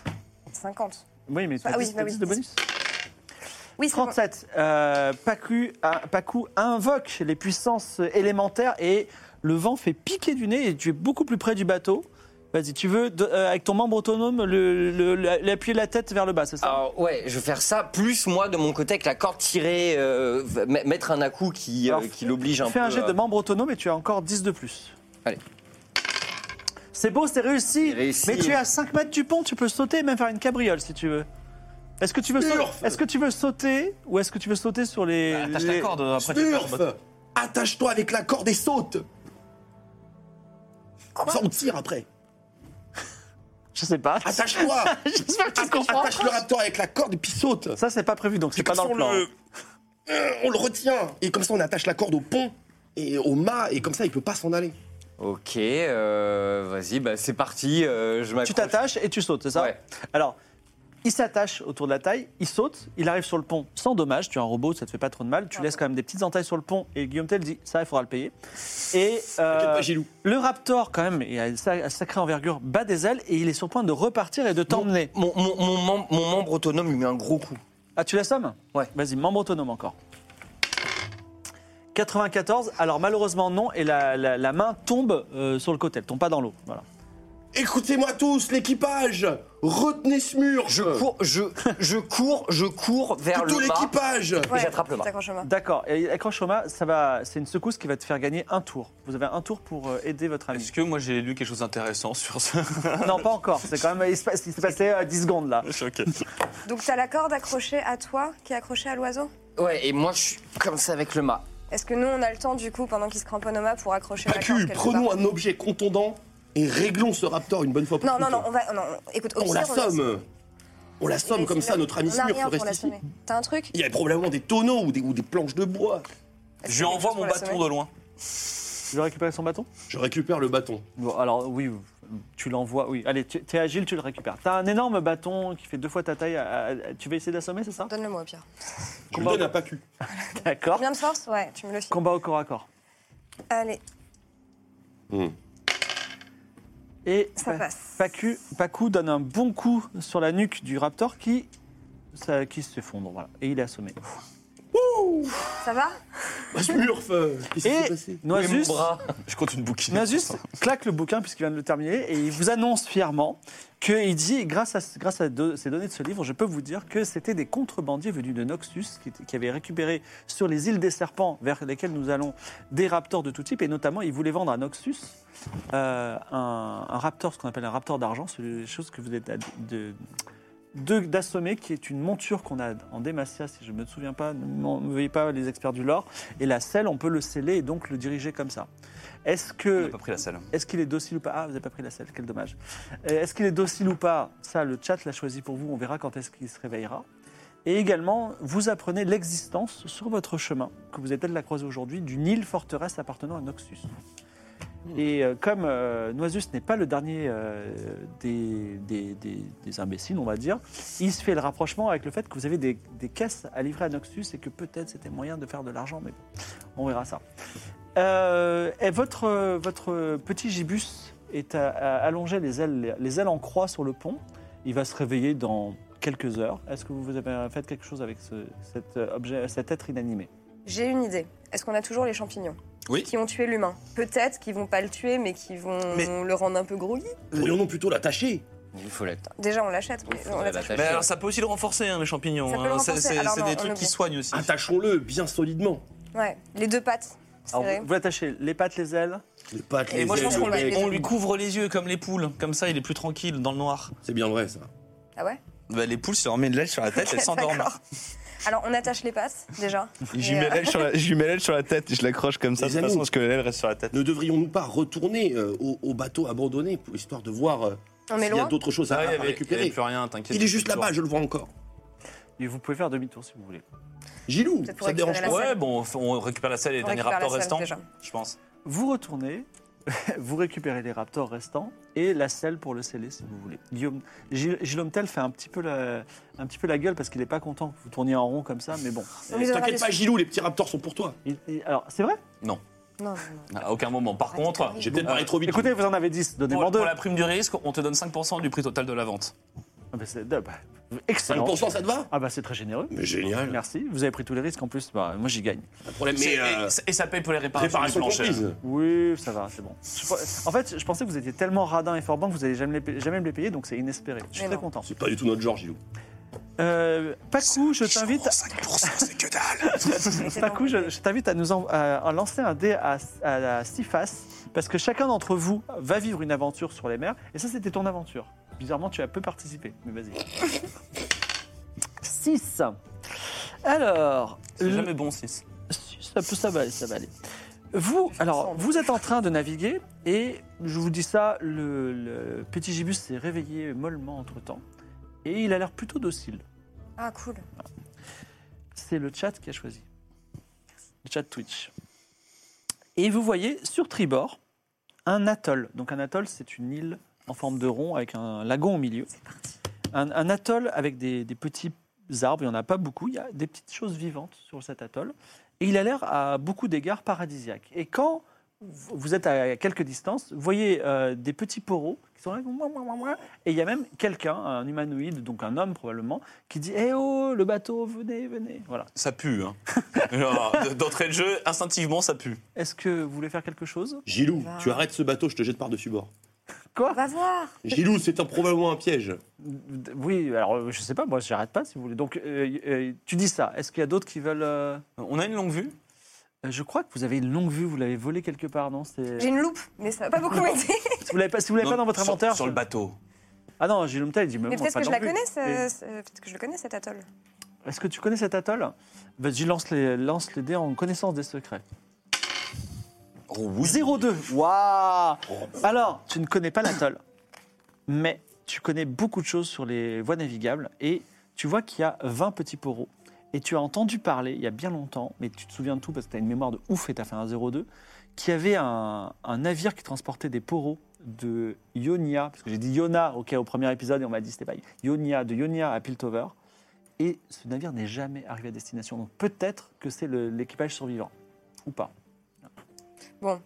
D: 50.
B: Oui, mais tu as
D: Ah oui,
B: 10,
D: bah
B: t'as
D: oui.
B: 10 de bonus.
D: Oui, c'est bon.
B: 37. Euh, Pacu, ah, Pacu invoque les puissances élémentaires et le vent fait piquer du nez et tu es beaucoup plus près du bateau. Vas-y, tu veux, de- euh, avec ton membre autonome, le, le- le- appuyer la tête vers le bas, c'est ça
C: Alors, ouais, je vais faire ça, plus moi de mon côté avec la corde tirée, euh, v- m- mettre un à-coup qui,
B: [laughs]
C: euh,
B: Alors,
C: qui l'oblige un peu. euh,
B: Fais un jet
C: à-
B: de membre autonome et tu as encore 10 de plus.
C: Allez.
B: C'est beau, c'est réussi.
C: C'est réussi.
B: Mais tu es à 5 mètres du pont, tu peux sauter et même faire une cabriole si tu veux. Est-ce que tu veux, sauter,
F: Urf
B: est-ce que tu veux sauter ou est-ce que tu veux sauter sur les.
C: Bah,
E: Attache
B: les-
E: la corde après. t'es pas-
F: Smurf Attache-toi avec la corde et saute Comme ça, on
C: [laughs]
F: tire après.
B: Je sais pas.
F: Attache-toi
B: J'espère que tu comprends.
F: Attache le raptor avec la corde et puis saute
B: Ça, c'est pas prévu donc c'est pas dans le
F: Comme
B: plan. hein.
F: ça, on le- Euh, on le retient. Et comme ça, on attache la corde au pont et au mât. Et comme ça, il peut pas s'en aller.
C: Ok, euh, vas-y, bah, c'est parti, euh, je m'accroche.
B: Tu t'attaches et tu sautes, c'est ça
C: Ouais.
B: Alors, il s'attache autour de la taille, il saute, il arrive sur le pont sans dommage. Tu es un robot, ça te fait pas trop de mal. Tu laisses quand même des petites entailles sur le pont et Guillaume Tell dit ça, il faudra le payer. Et euh,
F: T'inquiète pas, Gilou.
B: le Raptor, quand même, il a une sa- sacrée envergure, bat des ailes et il est sur le point de repartir et de t'emmener.
C: Mon, mon- mon mem- mon membre autonome lui met un gros coup.
B: Ah, tu l'assommes
C: Ouais.
B: Vas-y, membre autonome encore. 94, alors malheureusement non, et la, la- la main tombe euh, sur le côté, elle tombe pas dans l'eau. Voilà.
F: Écoutez-moi tous, l'équipage. Retenez ce mur.
C: Je cours, je, je cours, je cours vers
F: Tout
C: le bas.
F: l'équipage.
D: Ouais,
C: j'attrape le bras.
D: t'accroches au mât.
B: D'accord, et accroche au mât, ça va, c'est une secousse qui va te faire gagner un tour. Vous avez un tour pour euh, aider votre ami.
E: Ah, Est-ce que moi j'ai lu quelque chose d'intéressant sur [laughs] ça
B: Non, pas encore. C'est quand même. Il se passe- il s'est passé euh, 10 secondes là.
E: Je suis ok.
D: Mm. Donc t'as la corde accrochée à toi qui est accrochée à l'oiseau
C: Ouais, et moi, je suis comme ça avec le mât.
D: Est-ce que nous on a le temps du coup pendant qu'il se cramponne au mât pour accrocher la
F: Pacu,
D: corde quelque part
F: prenons un objet contondant et réglons ce raptor une bonne fois pour
D: Non,
F: toutes.
D: non, non, on va. Non, écoute, au
F: On
D: pire,
F: l'assomme. On l'assomme comme ça, notre ami
D: On a
F: Smurf
D: rien pour
F: reste ici.
D: l'assommer. T'as un truc
F: Il y a probablement des tonneaux ou des, ou des planches de bois.
E: Je lui envoie mon bâton de loin.
B: Tu veux récupérer son bâton
F: Je récupère le bâton.
B: Bon, alors oui, tu l'envoies. Oui, allez, tu es agile, tu le récupères. T'as un énorme bâton qui fait deux fois ta taille. à- à- tu vas essayer d'assommer, c'est ça
D: Donne-le moi au pire.
F: Oh. Je le donne à Pacu.
B: D'accord.
D: Combien de force Ouais, tu me le files.
B: Combat au corps à corps.
D: Allez.
B: Et
D: Ça
B: Pa-
D: passe.
B: Pacu, Pacu donne un bon coup sur la nuque du raptor qui, ça- qui s'effondre. Voilà. Et il est assommé.
D: Ça va
F: Bah, Smurf euh, Qu'est-ce qui
B: Et-
F: s'est passé
B: Noisus,
E: Je compte une bouquine.
B: Nasus claque le bouquin puisqu'il vient de le terminer et il vous annonce fièrement qu'il dit, grâce à, grâce à de- ces données de ce livre, je peux vous dire que c'était des contrebandiers venus de Noxus qui, étaient- qui avaient récupéré sur les îles des serpents vers lesquelles nous allons des raptors de tout type et notamment ils voulaient vendre à Noxus euh, un, un raptor, ce qu'on appelle un raptor d'argent, c'est des choses que vous êtes à- de de- d'assommer qui est une monture qu'on a en démacia si je me souviens pas ne m'en- ne veuillez pas les experts du lore et la selle on peut le sceller et donc le diriger comme ça est-ce
E: On
B: que
E: n'a pas pris la salle.
B: est-ce qu'il est docile ou pas Ah, vous n'avez pas pris la selle, quel dommage. Euh, Est-ce qu'il est docile ou pas Ça, le chat l'a choisi pour vous, on verra quand est-ce qu'il se réveillera. Et également, vous apprenez l'existence sur votre chemin, que vous êtes allé la croiser aujourd'hui, d'une île forteresse appartenant à Noxus.
E: Hmm.
B: Et euh, comme euh, Noisus n'est pas le dernier euh, des, des- des- des imbéciles, on va dire, il se fait le rapprochement avec le fait que vous avez des, des caisses à livrer à Noxus et que peut-être c'était moyen de faire de l'argent, mais bon, on verra ça. Euh, et votre, euh, votre petit gibus est à- à- allongé les ailes, les ailes en croix sur le pont. Il va se réveiller dans quelques heures. Est-ce que vous avez fait quelque chose avec ce- cet, euh, objet, cet être inanimé
D: J'ai une idée. Est-ce qu'on a toujours les champignons
E: Oui.
D: Qui ont tué l'humain. Peut-être qu'ils vont pas le tuer, mais qui vont
E: Mais-
D: le rendre un peu groggy.
F: Pourrions-nous plutôt l'attacher
C: Il faut l'être.
D: Déjà, on l'achète. mais
C: Il
D: on
C: faudrait
D: l'attache.
C: l'attacher.
E: Mais alors, ça peut aussi le renforcer, hein, les champignons.
D: Ça peut
E: hein.
D: le
E: C'est
D: renforcer.
E: c'est-
D: Alors
E: c'est
D: non,
E: des
D: on
E: trucs
D: oublie.
E: qui soignent aussi.
F: Attachons-le bien solidement.
D: Ouais, les deux pattes.
F: Ah,
B: Alors,
D: serrées.
B: vous, vous l'attachez les pattes, les ailes.
F: Les pattes,
E: Et
F: les
E: moi, je
F: ailes,
E: pense
F: le
E: qu'on
F: bec.
E: lui- on lui couvre les yeux comme les poules. Comme ça, il est plus tranquille dans le noir.
F: C'est bien vrai, ça.
D: Ah ouais
E: Bah, les poules se remettent de l'aile sur la tête, elles
D: [laughs]
E: s'endorment.
D: D'accord. Alors, on attache les pattes, déjà.
E: Je
D: Et,
E: lui mets
D: euh,
E: l'aile sur la- je lui mets l'aile sur la tête et je l'accroche comme ça
F: Les
E: de toute façon
F: anneaux.
E: parce que l'aile reste sur la tête.
F: Ne devrions-nous pas retourner euh, au, au bateau abandonné, pour- histoire de voir euh,
D: On
F: s'il
D: est
F: y a
D: loin
F: d'autres choses à,
E: Ah,
F: à récupérer
E: plus rien, t'inquiète.
F: Il est juste là-bas, je le vois encore.
B: Et vous pouvez faire demi-tour si vous voulez.
F: Gilou,
D: Peut-être pour
F: ça te dérange
D: récupérer la
F: pas
E: Ouais, bon, on f- on récupère la selle et les
D: On
E: derniers
D: récupère la
E: raptors
D: selle,
E: restants,
D: déjà.
E: je pense.
B: Vous retournez, [laughs] vous récupérez les raptors restants et la selle pour le sceller si vous voulez. Guillaume, Gil- Gilom Tell fait un petit peu la, un petit peu la gueule parce qu'il n'est pas content que vous tourniez en rond comme ça, mais bon.
D: On lui donnera des
F: T'inquiète pas,
D: sous.
F: Gilou, les petits raptors sont pour toi.
B: Il- il- alors, c'est vrai
D: Non, non,
E: [laughs]
D: non.
E: À aucun moment. Par
D: Arrête,
E: contre,
D: arrête.
F: J'ai peut-être parlé trop vite.
B: Écoutez, vous en avez 10, donnez-moi
E: pour,
B: deux.
E: pour la prime du risque, on te donne 5% du prix total de la vente.
B: Ah bah, c'est- bah, excellent.
F: 5%, ça te va
B: Ah bah c'est très généreux.
F: Mais génial.
B: Merci. Vous avez pris tous les risques en plus. Bah, moi j'y gagne.
F: Pas de problème,
E: C'est-
F: mais
E: et,
F: euh,
E: et ça paye pour les réparations du
F: préparation
E: plancher.
F: comprise.
B: Oui, ça va, c'est bon. Je pe- En fait, je pensais que vous étiez tellement radin et fort bon que vous n'allez jamais, les payer- jamais me les payer, donc c'est inespéré. Je suis
D: Mais
B: très
D: non.
B: content.
F: C'est pas du tout notre genre, Gilou.
B: Euh, Pacou, je t'invite.
E: Oh,
F: Ah,
E: 5%, c'est que dalle.
D: C'est
B: Pacou,
D: dans-
B: je, je t'invite à nous en- à, à lancer un dé à, à, la six faces parce que chacun d'entre vous va vivre une aventure sur les mers. Et ça, c'était ton aventure. Bizarrement, tu as peu participé, mais [laughs] vas-y. 6. Alors,
E: C'est
B: le-
E: jamais bon, 6.
B: Si, ça peut, ça va aller, ça va aller. Vous, alors, vous êtes en train de naviguer et je vous dis ça, le, le petit gibus s'est réveillé mollement entre temps et il a l'air plutôt docile.
D: Ah, cool.
B: C'est le chat qui a choisi. Le chat Twitch. Et vous voyez sur tribord un atoll. Donc un atoll, c'est une île en forme de rond avec un lagon au milieu. Un, un atoll avec des, des petits arbres, il n'y en a pas beaucoup, il y a des petites choses vivantes sur cet atoll. Et il a l'air à beaucoup d'égards paradisiaque. Et quand vous vous êtes à quelques distances, vous voyez euh, des petits poros qui sont là, mouah, mouah, mouah, mouah. et il y a même quelqu'un, un humanoïde, donc un homme probablement, qui dit Eh oh, le bateau, venez, venez. Voilà.
E: Ça pue, [laughs] hein. Alors, d- D'entrée de jeu, instinctivement, ça pue.
B: Est-ce que vous voulez faire quelque chose
F: Gilou,
D: Va.
F: tu arrêtes ce bateau, je te jette par-dessus bord.
B: Quoi
D: Va voir.
F: Gilou, c'est un- probablement un piège.
B: Oui, alors euh, je sais pas, moi j'arrête pas si vous voulez. Donc euh, euh, tu dis ça. Est-ce qu'il y a d'autres qui veulent euh,
E: On a une longue vue
B: euh, Je crois que vous avez une longue vue, vous l'avez volée quelque part, non C'est-
D: J'ai une loupe, mais ça va pas beaucoup m'aider.
B: Si vous l'avez pas, si vous l'avez pas dans votre
E: sur,
B: inventaire.
E: Sur le bateau.
B: Ah non, j'ai l'homme il dit
D: Mais
B: moi,
D: peut-être
B: pas
D: que je
B: non
D: la
B: plus.
D: connais, ce-
B: Et-
D: ce- peut-être que je le connais, cet atoll.
B: Est-ce que tu connais cet atoll Vas-y, lance les, lance les dés en connaissance des secrets.
E: Oh, oui.
B: 02 Waouh Alors, tu ne connais pas l'atoll, mais tu connais beaucoup de choses sur les voies navigables et tu vois qu'il y a 20 petits poros. Et tu as entendu parler il y a bien longtemps, mais tu te souviens de tout parce que tu as une mémoire de ouf et tu as fait un 02, qu'il y avait un, un navire qui transportait des poros de Ionia, parce que j'ai dit Iona ok, au premier épisode et on m'a dit c'était pas Ionia, de Ionia à Piltover. Et ce navire n'est jamais arrivé à destination, donc peut-être que c'est le- l'équipage survivant, ou pas.
D: Bon.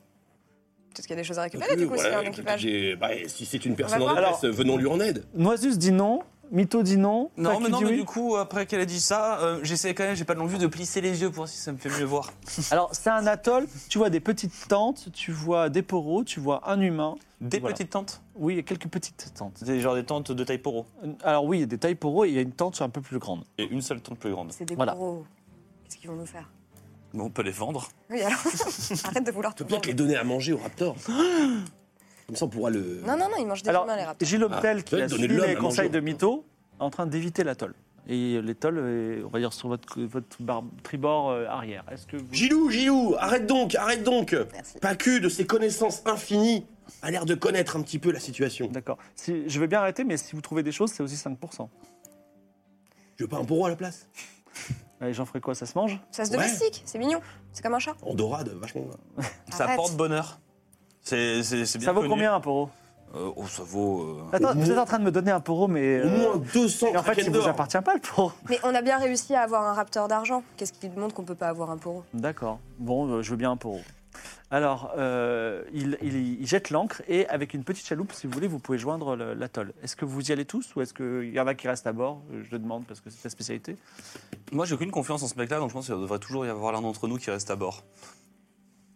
D: Peut-être qu'il y a des choses à récupérer du coup s'il y a un
F: Ouais,
D: équipage.
F: j'ai- bah, si c'est une personne
D: hein, On va
F: en
D: voir.
F: détresse, venons lui en aide.
B: Noisus dit non, Mito dit non.
E: Non,
B: Facu
E: mais non,
B: dit
E: mais
B: oui.
E: du coup, après qu'elle a dit ça, euh, j'essaie quand même, j'ai pas non vue de plisser les yeux pour voir si ça me fait mieux voir.
B: Alors, c'est un atoll, tu vois des petites tentes, tu vois des poros, tu vois un humain.
E: Des
B: Voilà.
E: petites tentes
B: Oui, il y a quelques petites tentes.
E: Des genre des tentes de taille poro.
B: Alors oui, il y a des tailles poros et il y a une tente un peu plus grande.
E: Et une seule tente plus grande.
D: C'est des
B: Voilà.
D: gros. Qu'est-ce qu'ils vont nous faire
E: Mais on peut les vendre.
D: Oui, alors, [laughs] arrête de vouloir
F: Tu
D: tout
F: peux bien te les
D: prendre.
F: donner à manger au
D: [gasps]
F: raptor. Comme ça, on pourra le.
D: Non, non, non, ils mangent des
B: Alors,
D: humains, les raptors.
B: Gilles Optel,
F: Ah,
B: qui a
F: donner de
B: suivi
F: l'homme
B: les
F: à
B: conseils de
F: manger.
B: Mito, est en train d'éviter l'atoll. Et l'étoile, est, on va dire, sur votre, votre barbe- tribord euh, arrière. Est-ce que vous...
F: Gilou, Gilou, arrête donc, arrête donc.
D: Merci.
F: Pacu, de ses connaissances infinies, a l'air de connaître un petit peu la situation.
B: D'accord. Si, je vais bien arrêter, mais si vous trouvez des choses, c'est aussi 5%.
F: Je veux pas un poro à la place
B: Allez, j'en ferai quoi Ça se mange
D: Ça se
F: Ouais.
D: domestique, c'est mignon. C'est comme un chat.
F: En dorade, vachement.
E: Ça
D: Arrête.
E: apporte bonheur. C'est c'est- c'est bien
B: Ça vaut
E: connu.
B: combien un poro
E: Euh, oh, ça vaut. euh,
B: Attends,
F: Au moins-
B: vous êtes en train de me donner un poro, mais...
F: Au
B: euh,
F: moins 200
B: et en fait,
F: kraken
B: il vous
F: d'or.
B: appartient pas, le poro.
D: Mais on a bien réussi à avoir un raptor d'argent. Qu'est-ce qui montre qu'on peut pas avoir un poro
B: D'accord. Bon, euh, je veux bien un poro. Alors, euh, il, il- il jette l'ancre et avec une petite chaloupe, si vous voulez, vous pouvez joindre le- l'atoll. Est-ce que vous y allez tous ou est-ce qu'il y en a qui restent à bord Je te demande parce que c'est ta spécialité.
E: Moi, j'ai aucune confiance en ce mec-là, donc je pense qu'il devrait toujours y avoir l'un d'entre nous qui reste à bord.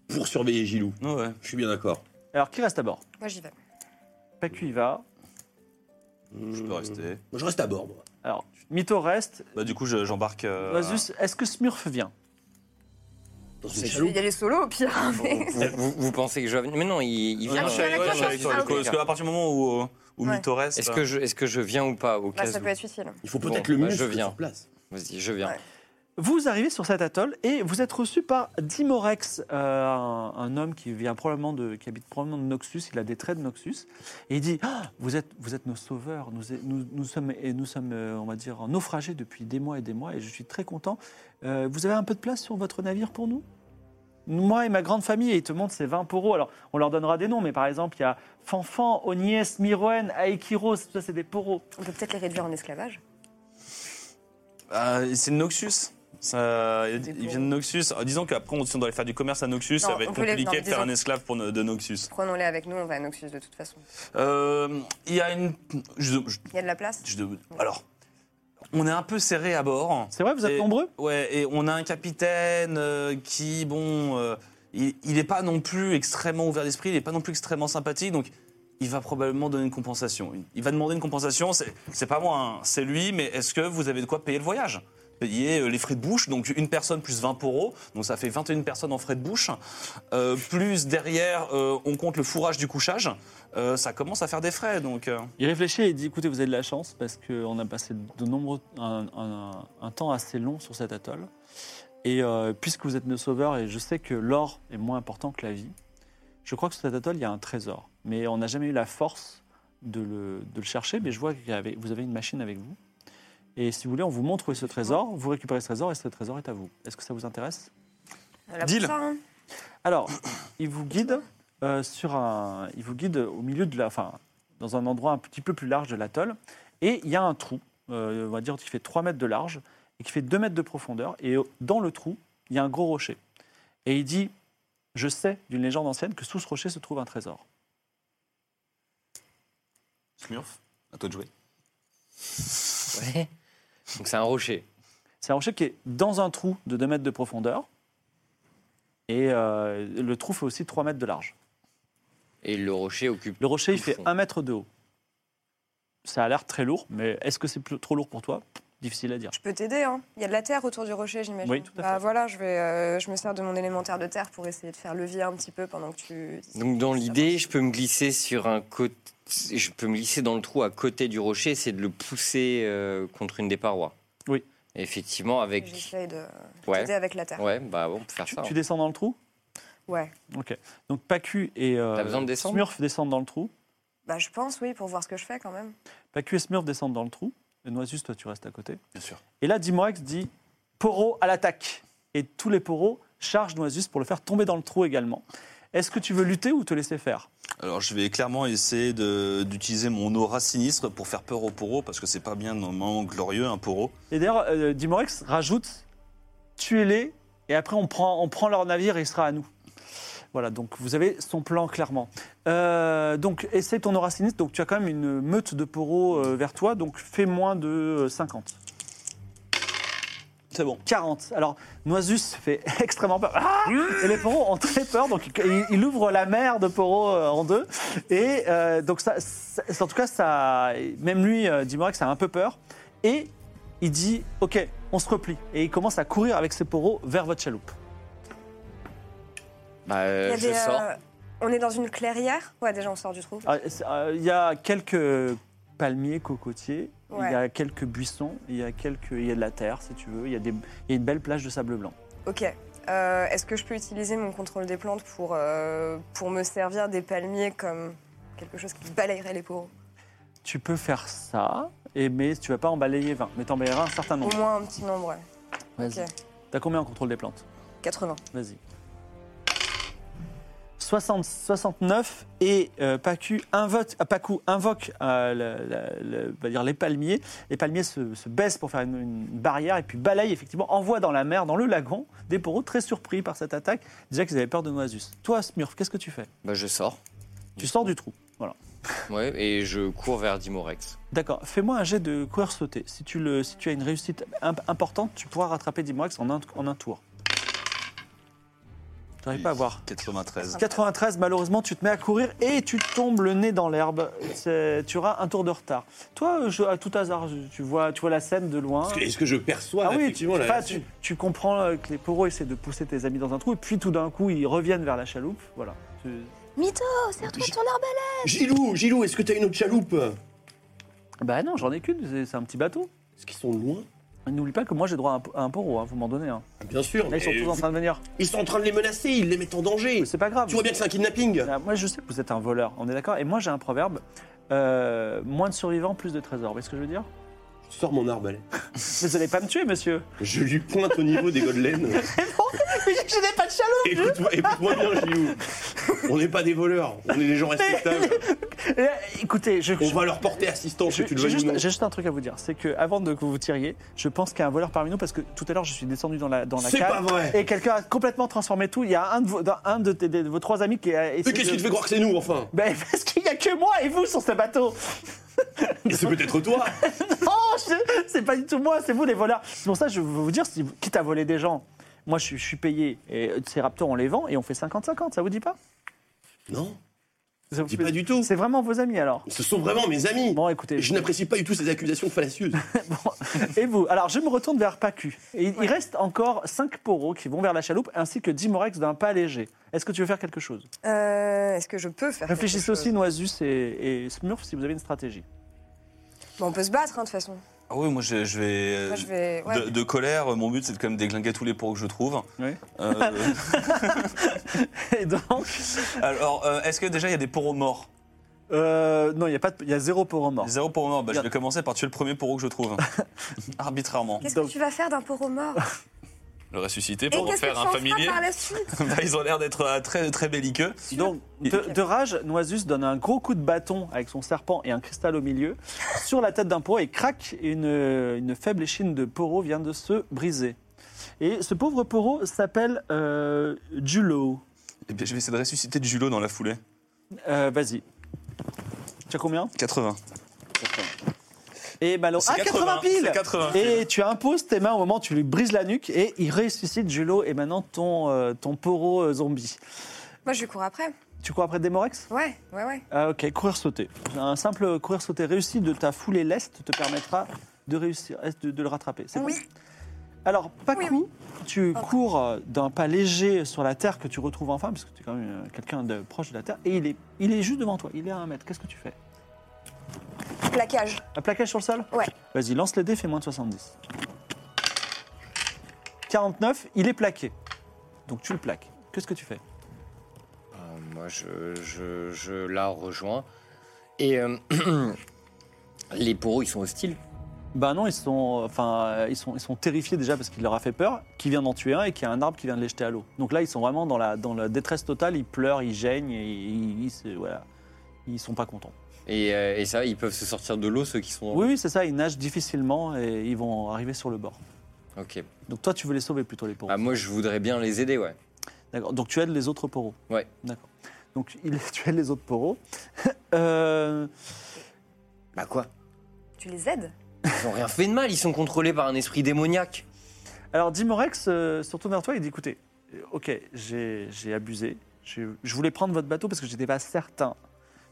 F: Pour surveiller Gilou.
E: Ouais.
F: Je suis bien d'accord.
B: Alors, qui reste à bord
D: Moi, j'y vais.
B: Pacu y va.
E: Je peux rester.
F: Moi, je reste à bord, moi.
B: Alors, Mito reste.
E: Bah, du coup, je- j'embarque. euh,
B: Oasis, est-ce que Smurf vient
F: Dans une
D: Je vais
F: chaloupe.
D: y aller solo au pire. mais- [laughs]
C: Vous, vous- vous pensez que je vais venir Mais non, il, il
E: Ouais,
C: vient.
E: je suis avec-
D: Ah,
E: ouais,
D: d'accord,
E: je suis avec toi,
D: ah,
E: du coup,
D: ok.
E: Parce qu'à partir du moment où, euh, où bah,
D: Ouais.
E: Mito reste.
C: Est-ce que, je- est-ce que je viens ou pas au
D: Là,
C: cas
D: Bah, ça
C: où
D: peut être utile.
F: Il faut
C: Bon,
F: peut-être le
C: bah,
F: muscle
C: je viens.
F: sur place.
B: Ah.
C: Vas-y, je viens.
D: Ouais.
B: Vous arrivez sur cet atoll et vous êtes reçu par Dimorex, euh, un, un homme qui vient probablement de, qui habite probablement de Noxus. Il a des traits de Noxus et il dit Ah, vous êtes vous êtes nos sauveurs. Nous nous, nous sommes et nous sommes euh, on va dire naufragés depuis des mois et des mois et je suis très content. Euh, vous avez un peu de place sur votre navire pour nous Moi et ma grande famille. Et il te montre ces 20 poros. Alors on leur donnera des noms, mais par exemple il y a Fanfan, Onies, Miroen, Aekiros. Tout ça c'est des poros.
D: On peut peut-être les réduire en esclavage.
E: Euh, c'est Noxus. Ça, ils
D: Des
E: ils viennent de Noxus. Euh, Disons qu'après, on, si on doit aller faire du commerce à Noxus, ça
D: Non,
E: va être
D: on peut les-
E: compliqué
D: non,
E: de faire
D: disons-
E: un esclave pour, no- de Noxus.
D: Prenons-les avec nous, on va à Noxus de toute façon.
E: Euh, Il y a une. je- je-
D: Il y a de la place
E: je- alors, on est un peu serré à bord.
B: C'est vrai, vous êtes
E: Et-
B: nombreux
E: Ouais, et on a un capitaine euh, qui, bon, euh, il n'est pas non plus extrêmement ouvert d'esprit, il n'est pas non plus extrêmement sympathique, donc il va probablement donner une compensation. Une- Il va demander une compensation, c'est c'est pas moi, hein, c'est lui, mais est-ce que vous avez de quoi payer le voyage Payer euh, les frais de bouche, donc une personne plus 20 poros, donc ça fait 21 personnes en frais de bouche. Euh, plus derrière, euh, on compte le fourrage du couchage, Euh, ça commence à faire des frais, donc. euh,
B: Il réfléchit et il dit écoutez, vous avez de la chance parce qu'on a passé de nombreux, un, un- un temps assez long sur cet atoll. Et euh, puisque vous êtes nos sauveurs et je sais que l'or est moins important que la vie, je crois que sur cet atoll, il y a un trésor. Mais on n'a jamais eu la force de le, de le chercher. Mais je vois que vous avez une machine avec vous. Et si vous voulez, on vous montre où est ce trésor, vous récupérez ce trésor et ce trésor est à vous. Est-ce que ça vous intéresse
D: Voilà pour
E: Deal.
D: ça, hein.
B: alors, il vous guide euh, sur un, il vous guide au milieu de la, enfin, dans un endroit un petit peu plus large de l'atoll, et il y a un trou, euh, on va dire qui fait 3 mètres de large et qui fait 2 mètres de profondeur, et dans le trou, il y a un gros rocher. Et il dit, je sais d'une légende ancienne que sous ce rocher se trouve un trésor.
E: Smurf, à toi de jouer.
C: Ouais. Donc c'est un rocher.
B: C'est un rocher qui est dans un trou de 2 mètres de profondeur, et euh, le trou fait aussi 3 mètres de large.
C: Et le rocher occupe.
B: Le rocher, il
C: Tout
B: fait
C: fond.
B: 1 mètre de haut. Ça a l'air très lourd, mais est-ce que c'est plus- trop lourd pour toi Difficile à dire.
D: Je peux t'aider, hein. Il y a de la terre autour du rocher, j'imagine.
B: Oui, tout à
D: Bah,
B: fait.
D: voilà, je, vais, euh, je me sers de mon élémentaire de terre pour essayer de faire levier un petit peu pendant que tu.
C: Donc dans l'idée, je peux me glisser sur un côté. Je peux me glisser dans le trou à côté du rocher, c'est de le pousser euh, contre une des parois.
B: Oui.
C: Effectivement, avec.
D: J'essaye de
C: Ouais.
D: t'aider avec la terre.
C: Ouais, bah on peut faire
B: Tu,
C: ça.
B: tu
C: hein.
B: descends dans le trou
D: Ouais.
B: Ok. Donc Pacu et euh,
C: T'as besoin de descendre
B: Smurf descendent dans le trou.
D: Bah, je pense, oui, pour voir ce que je fais quand même.
B: Pacu et Smurf descendent dans le trou. Et Noisus, toi, tu restes à côté.
E: Bien sûr.
B: Et là, Dimorex dit Poro à l'attaque. Et tous les poros chargent Noisus pour le faire tomber dans le trou également. Est-ce que tu veux lutter ou te laisser faire
E: Alors je vais clairement essayer de- d'utiliser mon aura sinistre pour faire peur au poro parce que c'est pas bien un moment glorieux un poro.
B: Et d'ailleurs, euh, Dimorex rajoute Tuez-les, et après, on prend, on prend leur navire et il sera à nous. Voilà, donc vous avez son plan clairement. Euh, donc, essaie ton aura sinistre. Donc, tu as quand même une meute de poros euh, vers toi. Donc, fais moins de euh, 50.
E: C'est bon.
B: 40. Alors, Noisus fait [laughs] extrêmement peur. Ah et les poros ont très peur. Donc, il, il ouvre la mer de poros euh, en deux. Et euh, donc, ça, ça- en tout cas, ça, même lui, euh, dis-moi que ça a un peu peur. Et il dit Ok, on se replie. Et il commence à courir avec ses poros vers votre chaloupe.
C: Bah,
D: Il y
C: euh,
D: a
C: je
D: des,
C: sors.
D: euh, on est dans une clairière Ouais, déjà, on sort du trou.
B: Ah, c'est- euh, Il y a quelques palmiers, cocotiers,
D: Ouais.
B: il y a quelques buissons, il y a, quelques, il y a de la terre si tu veux, il y, a des, il y a une belle plage de sable blanc.
C: Ah.
D: Ok. Euh, Est-ce que je peux utiliser mon contrôle des plantes pour, euh, pour me servir des palmiers comme quelque chose qui balayerait les poros
B: Tu peux faire ça, et, mais tu vas pas en balayer 20, mais t'en balayeras un certain
D: Au
B: nombre.
D: moins un petit nombre, ouais.
B: Vas-y.
D: ok.
B: T'as combien en contrôle des plantes
D: 80.
B: Vas-y. 60, 69 et euh, Pacu invoque, ah, Pacu invoque euh, le- le- le- on va dire les palmiers. Les palmiers se, se baissent pour faire une, une barrière et puis balayent, effectivement, envoie dans la mer, dans le lagon, des poros très surpris par cette attaque. Déjà qu'ils avaient peur de Noisus. Toi, Smurf, qu'est-ce que tu fais
C: Bah, je sors.
B: Tu sors du trou.
C: Ouais, et je cours vers Dimorex.
B: D'accord, fais-moi un jet de coureur sauté. Si tu, le, si tu as une réussite imp- importante, tu pourras rattraper Dimorex en un, en un tour. T'arrives pas à voir.
E: 93.
B: 93, malheureusement, tu te mets à courir et tu tombes le nez dans l'herbe. C'est- Tu auras un tour de retard. Toi, euh, je- à tout hasard, je- tu vois, tu vois la scène de loin.
F: Est-ce que, est-ce que je perçois
B: Ah oui, tu,
F: effectivement la-
B: enfin, tu- tu comprends euh, que les poros essaient de pousser tes amis dans un trou et puis tout d'un coup, ils reviennent vers la chaloupe. Voilà. Tu-
F: Gilou, Gilou, est-ce que t'as une autre chaloupe Est-ce
B: Bah non, j'en ai qu'une, c'est- c'est un petit bateau.
F: qu'ils sont loin
B: N'oublie pas que moi, j'ai droit à un, po- à un poro, hein, vous m'en donnez un.
F: Bien sûr.
B: Là, ils sont
F: mais
B: tous en train de venir.
F: ils sont en train de les menacer, ils les mettent en danger.
B: Mais c'est pas grave.
F: Tu vois bien que c'est un kidnapping.
B: Ah, Moi, je sais que vous êtes un voleur, on est d'accord Et moi, j'ai un proverbe. euh, moins de survivants, plus de trésors. Vous voyez ce que je veux dire
F: Je sors mon arbalète.
B: Vous allez pas me tuer, monsieur
F: Je lui pointe au niveau des godelaines.
B: Mais [laughs] je n'ai pas de chaloupe
F: Écoute-moi écoute-moi bien, Gilou. On n'est pas des voleurs, on est des gens respectables.
B: Eh, Écoutez, je,
F: On
B: je-
F: va leur porter assistance, que
B: je-
F: tu le
B: j'ai
F: veuilles ou
B: juste,
F: non.
B: j'ai juste un truc à vous dire, c'est que avant de que vous tiriez, je pense qu'il y a un voleur parmi nous parce que tout à l'heure je suis descendu dans la dans la
F: C'est
B: cave
F: pas vrai.
B: et quelqu'un a complètement transformé tout. Il y a un de vos, dans- un de, tes- de vos trois amis qui a
F: Mais
B: essayé.
F: qu'est-ce
B: de-
F: qui te fait croire que c'est nous, enfin
B: Ben, [laughs] parce qu'il y a que moi et vous sur ce bateau.
F: Et c'est peut-être toi
B: Oh, je- c'est pas du tout moi, c'est vous les voleurs. C'est pour ça que je veux vous dire, si, vous- quitte à voler des gens, moi je, suis- je suis payé et euh, ces raptors on les vend et on fait 50-50. Ça vous dit pas
F: Non,
B: Ça vous
F: dis
B: fait-
F: pas du tout.
B: C'est vraiment vos amis alors.
F: Ce sont vraiment mes amis.
B: Bon, écoutez,
F: Je n'apprécie pas du tout ces accusations fallacieuses.
B: Et vous Alors, je me retourne vers Pacu. Et il- Il reste encore 5 poros qui vont vers la chaloupe, ainsi que 10 morex d'un pas léger. Est-ce que tu veux faire quelque chose
D: Euh, Est-ce que je peux faire quelque
B: Réfléchissez
D: chose
B: aussi, Noisus et, et Smurf, si vous avez une stratégie.
D: Bon, On peut se battre, hein, de toute façon.
E: Ah oui, moi je, je vais.
D: Moi, je vais... ouais.
E: Euh, De, de colère, mon but c'est de quand même déglinguer tous les poros que je trouve.
B: Oui.
D: [laughs]
E: Euh,
B: [laughs] Et donc
E: alors, euh, est-ce que déjà il y a des poros morts
B: euh, Non, il y a pas de- il y a zéro poro mort.
E: Zéro poro mort, bah, je vais commencer par tuer le premier poro que je trouve. Arbitrairement.
D: Qu'est-ce que
B: donc-
D: tu vas faire d'un poro
E: [laughs]
D: mort
E: Le ressusciter
D: Et
E: pour
D: qu'est-ce que tu
E: refaire
D: en
E: un
D: feras
E: familier.
D: par la
E: [laughs]
D: suite
E: Bah, ils ont l'air d'être euh, très, très belliqueux.
B: Donc, de, de rage, Noisus donne un gros coup de bâton avec son serpent et un cristal au milieu sur la tête d'un poro et crac, une, une faible échine de poro vient de se briser. Et ce pauvre poro s'appelle euh, Julo.
E: Eh bien, je vais essayer de ressusciter du Julot dans la foulée.
B: Euh, Vas-y. Tu as combien
E: 80.
B: Et malheureusement.
E: C'est
B: Ah, 80 piles
D: [laughs]
E: c'est 80
B: Et tu imposes tes mains au moment où tu lui brises la nuque et il ressuscite Julo et maintenant ton, euh, ton poro euh, zombie.
D: Moi, je lui cours après.
B: Tu cours après Demorex
D: Ouais, ouais, ouais.
B: Ah, ok, courir sauter. Un simple courir sauter réussi de ta foulée leste te permettra de réussir, de, de le rattraper. C'est bon
D: Oui.
B: Alors, Paku,
D: Oui,
B: tu cours euh, d'un pas léger sur la terre que tu retrouves enfin, parce que tu es quand même euh, quelqu'un de proche de la terre, et il est, il est juste devant toi, il est à un mètre. Qu'est-ce que tu fais
D: Plaquage.
B: Un plaquage sur le sol
D: Ouais.
B: Vas-y, lance les dés, fais moins de 70. 49, il est plaqué. Donc tu le plaques. Qu'est-ce que tu fais
C: Euh, moi, je, je, je la rejoins. Et euh, [clears throat] les poros, ils sont hostiles.
B: Bah non, ils sont, enfin, euh, ils sont, ils sont terrifiés déjà parce qu'il leur a fait peur, qu'il vient d'en tuer un et qu'il y a un arbre qui vient de les jeter à l'eau. Donc là, ils sont vraiment dans la, dans la détresse totale, ils pleurent, ils geignent, et ils, ils se- voilà. Ils sont pas contents.
C: Et, euh, et ça, ils peuvent se sortir de l'eau, ceux qui sont.
B: Oui, oui, c'est ça, ils nagent difficilement et ils vont arriver sur le bord.
C: Ok.
B: Donc toi, tu veux les sauver plutôt, les pauvres.
C: Ah, moi, je voudrais bien les aider, ouais.
B: D'accord. Donc tu aides les autres poros.
C: Ouais.
B: D'accord. Donc il, [laughs] tu aides les autres poros. Euh,
C: Bah quoi
D: Tu les aides
C: Ils ont rien fait de mal, ils sont contrôlés par un esprit démoniaque.
B: alors Dimorex euh, se retourne vers toi et dit écoutez, euh, ok, j'ai j'ai abusé. J'ai- Je voulais prendre votre bateau parce que j'étais pas certain.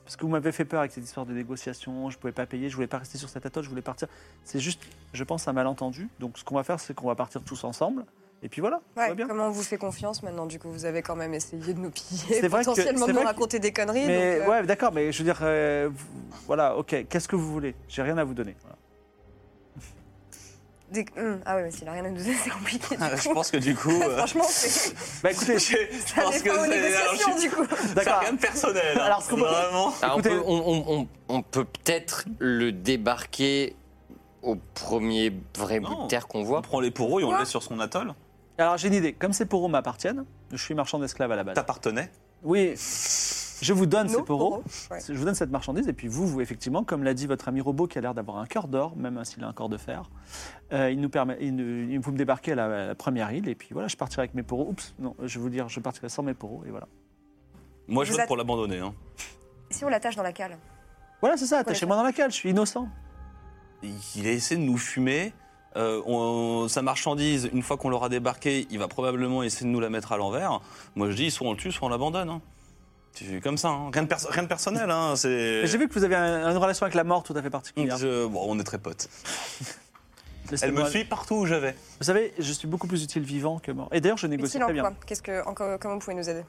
B: Parce que vous m'avez fait peur avec cette histoire de négociation, je pouvais pas payer, je voulais pas rester sur cette atoll, je voulais partir. C'est juste, je pense, un malentendu. Donc ce qu'on va faire, c'est qu'on va partir tous ensemble. Et puis voilà, tout va
D: Ouais,
B: bien.
D: comment on vous fait confiance maintenant Du coup, vous avez quand même essayé de nous piller,
B: C'est vrai que- c'est
D: potentiellement de nous
B: vrai que-
D: raconter des conneries.
B: Mais
D: donc, euh,
B: ouais, d'accord, mais je veux dire, euh, vous- voilà, ok, qu'est-ce que vous voulez J'ai rien à vous donner. Voilà.
D: des- hum, Ah ouais, mais s'il a rien à nous donner, [laughs] c'est compliqué. du
E: Ah, Je
D: coup.
E: pense que du coup. euh,
D: Franchement, c'est.
B: Bah écoutez, je-
E: je
D: [laughs] Ça
E: pense
D: n'est
E: que
D: pas aux
E: c'est
D: négociations,
E: alors,
D: du coup.
E: je- c'est
B: d'accord.
E: rien de personnel. hein.
B: Alors, ce qu'on peut-
E: vraiment.
C: Alors, on
B: Écoutez-
C: peut- on, on- on- on peut peut-être le débarquer au premier vrai bout
E: Non.
C: de terre qu'on
E: On
C: voit.
E: prend les poros et on le laisse sur son atoll.
B: alors j'ai une idée. Comme ces poros m'appartiennent, je suis marchand d'esclaves à la base.
E: T'appartenais.
B: Oui, je vous donne ces
D: Nos
B: poros.
D: poros, ouais.
B: Je vous donne cette marchandise et puis vous, vous effectivement, comme l'a dit votre ami robot qui a l'air d'avoir un cœur d'or, même s'il a un corps de fer, euh, il nous permet, il nous- il- vous me débarquez à la, à la première île et puis voilà, je partirai avec mes poros. Oups, non, je vais vous dire, je partirai sans mes poros et voilà.
E: Moi, je
D: Vous
E: vote
D: êtes-
E: pour l'abandonner. hein.
D: Si on l'attache dans la cale.
B: Voilà, c'est ça. Attachez-moi dans la cale, je suis innocent.
E: Il a essayé de nous fumer. Euh, on- sa marchandise, une fois qu'on l'aura débarqué, il va probablement essayer de nous la mettre à l'envers. Moi, je dis, soit on le tue, soit on l'abandonne. hein. C'est comme ça. hein. Rien, de perso- rien de personnel. Hein. C'est. [laughs]
B: J'ai vu que vous avez un- une relation avec la mort tout à fait particulière.
E: Je- bon, on est très potes. Elle
B: Laissez-moi-
E: me suit partout où je vais.
B: Vous savez, je suis beaucoup plus utile vivant que mort. Et d'ailleurs, je négocie
D: Utile
B: très
D: en quoi
B: bien.
D: Qu'est-ce que, en quoi- Comment vous pouvez nous aider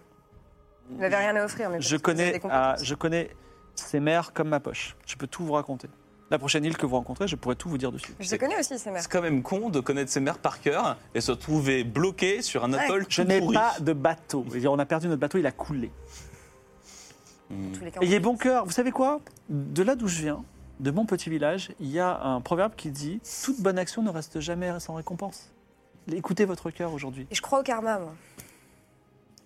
D: Vous n'avez rien à offrir, mais
B: Je
D: peut-être que vous avez
B: connais,
D: des
B: ah,
D: compétences.
B: je connais ces mères comme ma poche. Je peux tout vous raconter. La prochaine île que vous rencontrez, je pourrai tout vous dire dessus.
D: Je les connais aussi, ces mères.
E: C'est quand même con de connaître ses mères par cœur et se trouver bloqué sur un atoll tout
B: Je n'ai
E: pourri.
B: pas de bateau. Je veux dire, On a perdu notre bateau, il a coulé.
D: en tous les cas.
B: Ayez bon cœur. Vous savez quoi De là d'où je viens, de mon petit village, il y a un proverbe qui dit Toute bonne action ne reste jamais sans récompense. Écoutez votre cœur aujourd'hui.
D: Et je crois au karma, moi.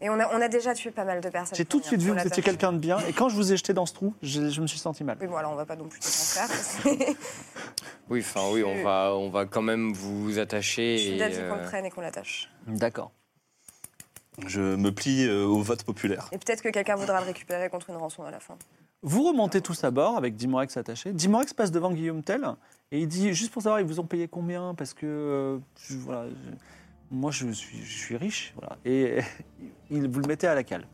D: Et on a, on a déjà tué pas mal de personnes.
B: J'ai tout de suite vu
D: On
B: que vous
D: l'attache.
B: étiez quelqu'un de bien, et quand je vous ai jeté dans ce trou, je, je me suis senti mal.
D: Oui, bon, alors on va pas non plus tout en faire.
C: Oui, enfin oui, on va, on va quand même vous attacher.
D: Je suis
C: et,
D: d'avis qu'on
C: euh,
D: le prenne et qu'on l'attache.
B: D'accord.
E: Je me plie euh, au vote populaire.
D: Et peut-être que quelqu'un voudra le récupérer contre une rançon à la fin.
B: Vous remontez tous à bord avec Dimorex attaché. Dimorex passe devant Guillaume Tell et il dit juste pour savoir ils vous ont payé combien parce que euh, je- voilà, je- moi je suis, je suis riche voilà. et [laughs] il vous le mettez à la cale.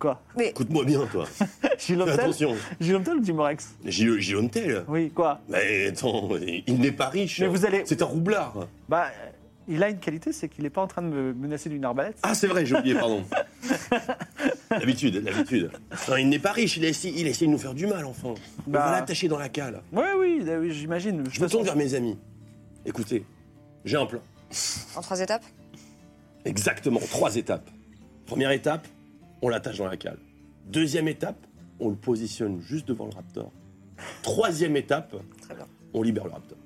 B: Quoi
D: Mais
F: Écoute-moi bien, toi. [laughs] Fais
B: Guillaume Tell
F: attention. E
B: Guillaume Tell ou Dimorex
F: J'ai j'ai honte, là.
B: Oui quoi
F: Mais attends, il n'est pas riche.
B: Mais vous allez
F: C'est un roublard.
B: bah euh, il a une qualité c'est qu'il n'est pas en train de me menacer d'une arbalète.
F: Ah, c'est vrai, j'ai oublié, pardon. [laughs] L'habitude, l'habitude. Non, il n'est pas riche, il essaie, il essaie de nous faire du mal, enfin.
B: Bah.
F: On va l'attacher dans la cale.
B: Oui oui, euh, oui, j'imagine.
F: Je me tourne vers mes amis. Écoutez, j'ai un plan.
D: en trois étapes
F: Exactement, trois étapes. Première étape, on l'attache dans la cale. Deuxième étape, on le positionne juste devant le raptor. Troisième étape,
D: Très bien.
F: on libère le raptor.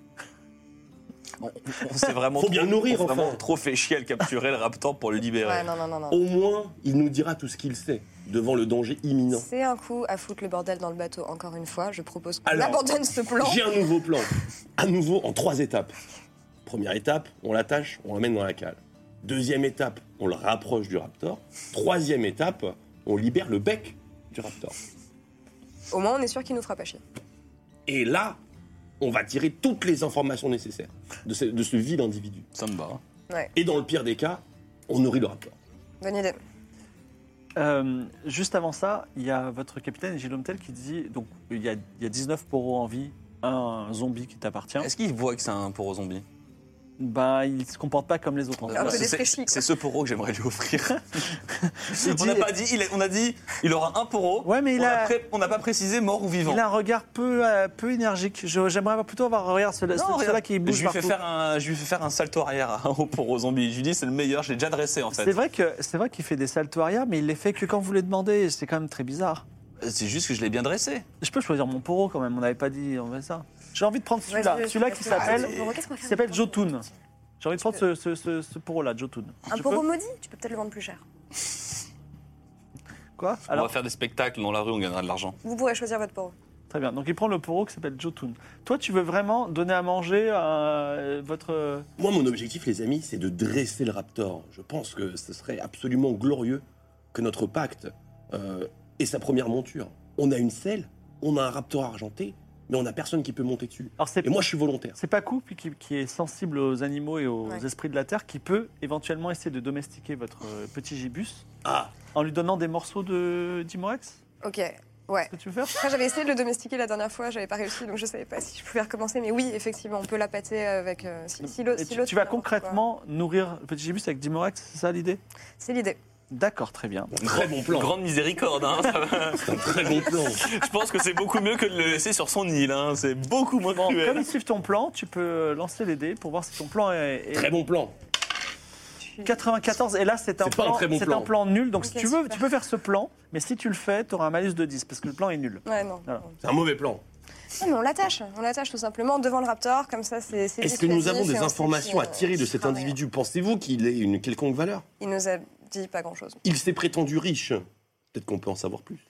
E: On, on s'est vraiment,
F: Faut bien
E: trop-
F: le nourrir,
E: on s'est vraiment
F: enfin.
E: trop fait chier à le capturer, le raptor pour le libérer.
D: Ouais, non, non, non, non.
F: Au moins, il nous dira tout ce qu'il sait devant le danger imminent.
D: C'est un coup à foutre le bordel dans le bateau, encore une fois. Je propose qu'on
F: Alors,
D: abandonne ce plan.
F: J'ai un nouveau plan. À nouveau en trois étapes. Première étape, on l'attache, on l'amène dans la cale. Deuxième étape, on le rapproche du raptor. Troisième étape, on libère le bec du raptor.
D: Au moins, on est sûr qu'il nous fera pas chier.
F: Et là, on va tirer toutes les informations nécessaires de ce, de ce vil individu.
E: Ça me bat.
F: Et dans le pire des cas, on nourrit le raptor.
D: Bonne idée.
B: Euh, juste avant ça, il y a votre capitaine Guillaume Tell qui dit donc il y a, il y a 19 poros en vie, un zombie qui t'appartient.
E: Est-ce qu'il voit que c'est un poro zombie
B: Bah, il se comporte pas comme les
F: Ah,
B: autres. en fait.
F: bah,
D: Un peu
E: C'est-
D: défraîchi,
E: c'est-
D: quoi.
E: C'est ce poro que j'aimerais lui
B: [laughs]
E: offrir. on
B: dit-
E: n'a pas dit, il est- on a dit, il aura un poro.
B: Ouais, mais il
E: on
B: a-
E: a pré- on n'a pas précisé mort ou vivant.
B: Il a un regard peu, euh, peu énergique. Je- J'aimerais avoir- plutôt avoir regarde celui-
E: Non,
B: celui-là
E: regarde,
B: qui bouge
E: je lui, fais
B: partout.
E: faire un, je lui fais faire un salto arrière [laughs] à un haut poro zombie. Je lui dis, c'est le meilleur, je l'ai déjà dressé en
B: C'est
E: fait.
B: vrai que c'est vrai qu'il fait des salto arrière, mais il les fait que quand vous les demandez. C'est quand même très bizarre.
E: C'est juste que je l'ai bien dressé.
B: Je peux choisir mon poro quand même. On n'avait pas dit on fait ça. J'ai envie de prendre celui-là,
D: Vas-y,
B: celui-là qui
D: vas-y, vas-y.
B: s'appelle
D: Un poro, qu'est-ce qu'on va
B: qui
D: faire
B: s'appelle Jotun. J'ai envie de prendre ce, ce, ce, ce poro là, Jotun.
D: Un
B: Je
D: poro
B: peux
D: maudit Tu peux peut-être le vendre plus cher.
B: Quoi
E: on
B: Alors
E: va faire des spectacles dans la rue, on gagnera de l'argent.
D: Vous pourrez choisir votre poro.
B: Très bien. Donc il prend le poro qui s'appelle Jotun. Toi, tu veux vraiment donner à manger à votre.
F: Moi, mon objectif, les amis, c'est de dresser le raptor. Je pense que ce serait absolument glorieux que notre pacte euh, ait sa première monture. On a une selle, on a un raptor argenté, mais on a personne qui peut monter dessus.
B: Alors c'est
F: Et moi, je suis volontaire.
B: c'est Pakou puis qui, qui est sensible aux animaux et aux
D: Ouais.
B: esprits de la terre qui peut éventuellement essayer de domestiquer votre euh, petit gibus
F: Ah,
B: en lui donnant des morceaux de d'Imorex.
D: Ok, ouais.
B: Est-ce que tu veux faire
D: Moi, j'avais essayé de le domestiquer la dernière fois, j'avais pas réussi, donc je savais pas si je pouvais recommencer. Mais oui, effectivement, on peut la pâter avec. euh, si, si l'autre-
B: Et
D: si
B: tu,
D: l'autre
B: tu
D: fait
B: vas
D: n'importe
B: concrètement nourrir le petit gibus avec d'Imorex, c'est ça l'idée
D: quoi. C'est l'idée.
B: D'accord, très bien.
F: très bon plan.
E: Grande
B: [laughs]
E: miséricorde, hein, ça va.
F: C'est un très bon [laughs] plan.
E: Je pense que c'est beaucoup mieux que de le laisser sur son île, hein. C'est beaucoup moins
B: Bon,
E: cruel.
B: comme ils suivent ton plan, tu peux euh, lancer les dés pour voir si ton plan est. est-
F: Très bon plan.
B: 94 et là c'est un,
F: C'est pas un
B: plan-
F: très bon
B: c'est
F: plan.
B: un plan nul donc
D: Ok,
B: si tu veux
D: super.
B: tu peux faire ce plan mais si tu le fais tu auras un malus de 10 parce que le plan est nul.
D: Ouais, non.
B: Voilà.
F: C'est un mauvais plan.
D: Non, Ah, mais on l'attache, on l'attache tout simplement devant le raptor, comme ça c'est. c'est
F: Est-ce que
D: discret,
F: nous avons
D: c'est-
F: des
D: on sait
F: informations
D: qui,
F: à
D: euh,
F: tirer de
D: qui
F: cet
D: travaille.
F: individu Pensez-vous qu'il ait une quelconque valeur
D: Il nous a dit pas grand chose.
F: Il s'est prétendu riche. Peut-être qu'on peut en savoir plus.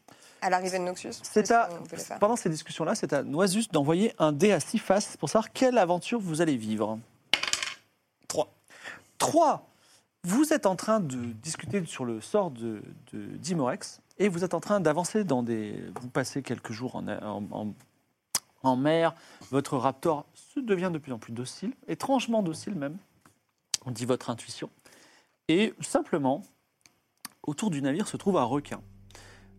D: À l'arrivée de Noxus,
B: C'est à
D: ce qu'on euh, peut le faire.
B: pendant ces discussions là c'est à Noisus d'envoyer un dé à six faces pour savoir quelle aventure vous allez vivre. 3. 3. Vous êtes en train de discuter sur le sort de de- d'Imorex et vous êtes en train d'avancer dans des vous passez quelques jours en, en- en- en mer, votre raptor se devient de plus en plus docile, étrangement docile même. On dit votre intuition. Et simplement, autour du navire se trouve un requin.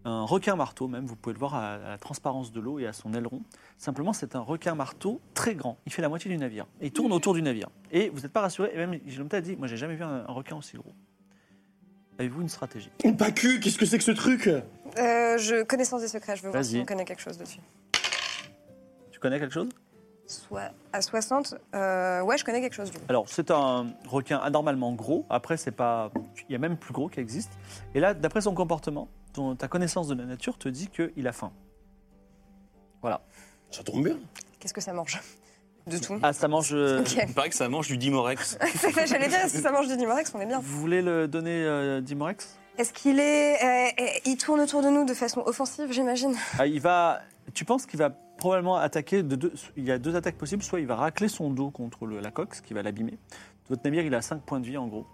B: Un requin marteau, même, vous pouvez le voir à, à la transparence de l'eau et à son aileron. Simplement, c'est un requin marteau très grand. Il fait la moitié du navire. Et il tourne autour du navire. Et vous n'êtes pas rassuré. Et même Gilomta a dit Moi, j'ai jamais vu un, un requin aussi gros. Avez-vous une stratégie
F: Pas cul, qu'est-ce que c'est que ce truc
D: Euh, je connaissance des secrets, je veux voir
B: Vas-y.
D: si on connaît quelque chose dessus.
B: Tu connais quelque chose
D: Soit à 60, euh, ouais, je connais quelque chose du coup.
B: Alors, c'est un requin anormalement gros. Après, c'est pas. Il y a même plus gros qui existe. Et là, d'après son comportement, ton- ta connaissance de la nature te dit qu'il a faim.
F: Ça tombe bien.
D: Qu'est-ce que ça mange De tout.
B: Ah, ça mange. euh,
D: Ok.
E: Il paraît que ça mange du dimorex.
D: J'allais dire, si ça mange du Dimorex, on est bien.
B: Vous voulez le donner euh, d'Imorex
D: Est-ce qu'il est. euh, euh, il tourne autour de nous de façon offensive, j'imagine
B: Ah, il va. Tu penses qu'il va probablement attaquer de deux- Il y a deux attaques possibles. Soit il va racler son dos contre le- la coque, ce qui va l'abîmer. Votre navire, il a 5 points de vie en gros.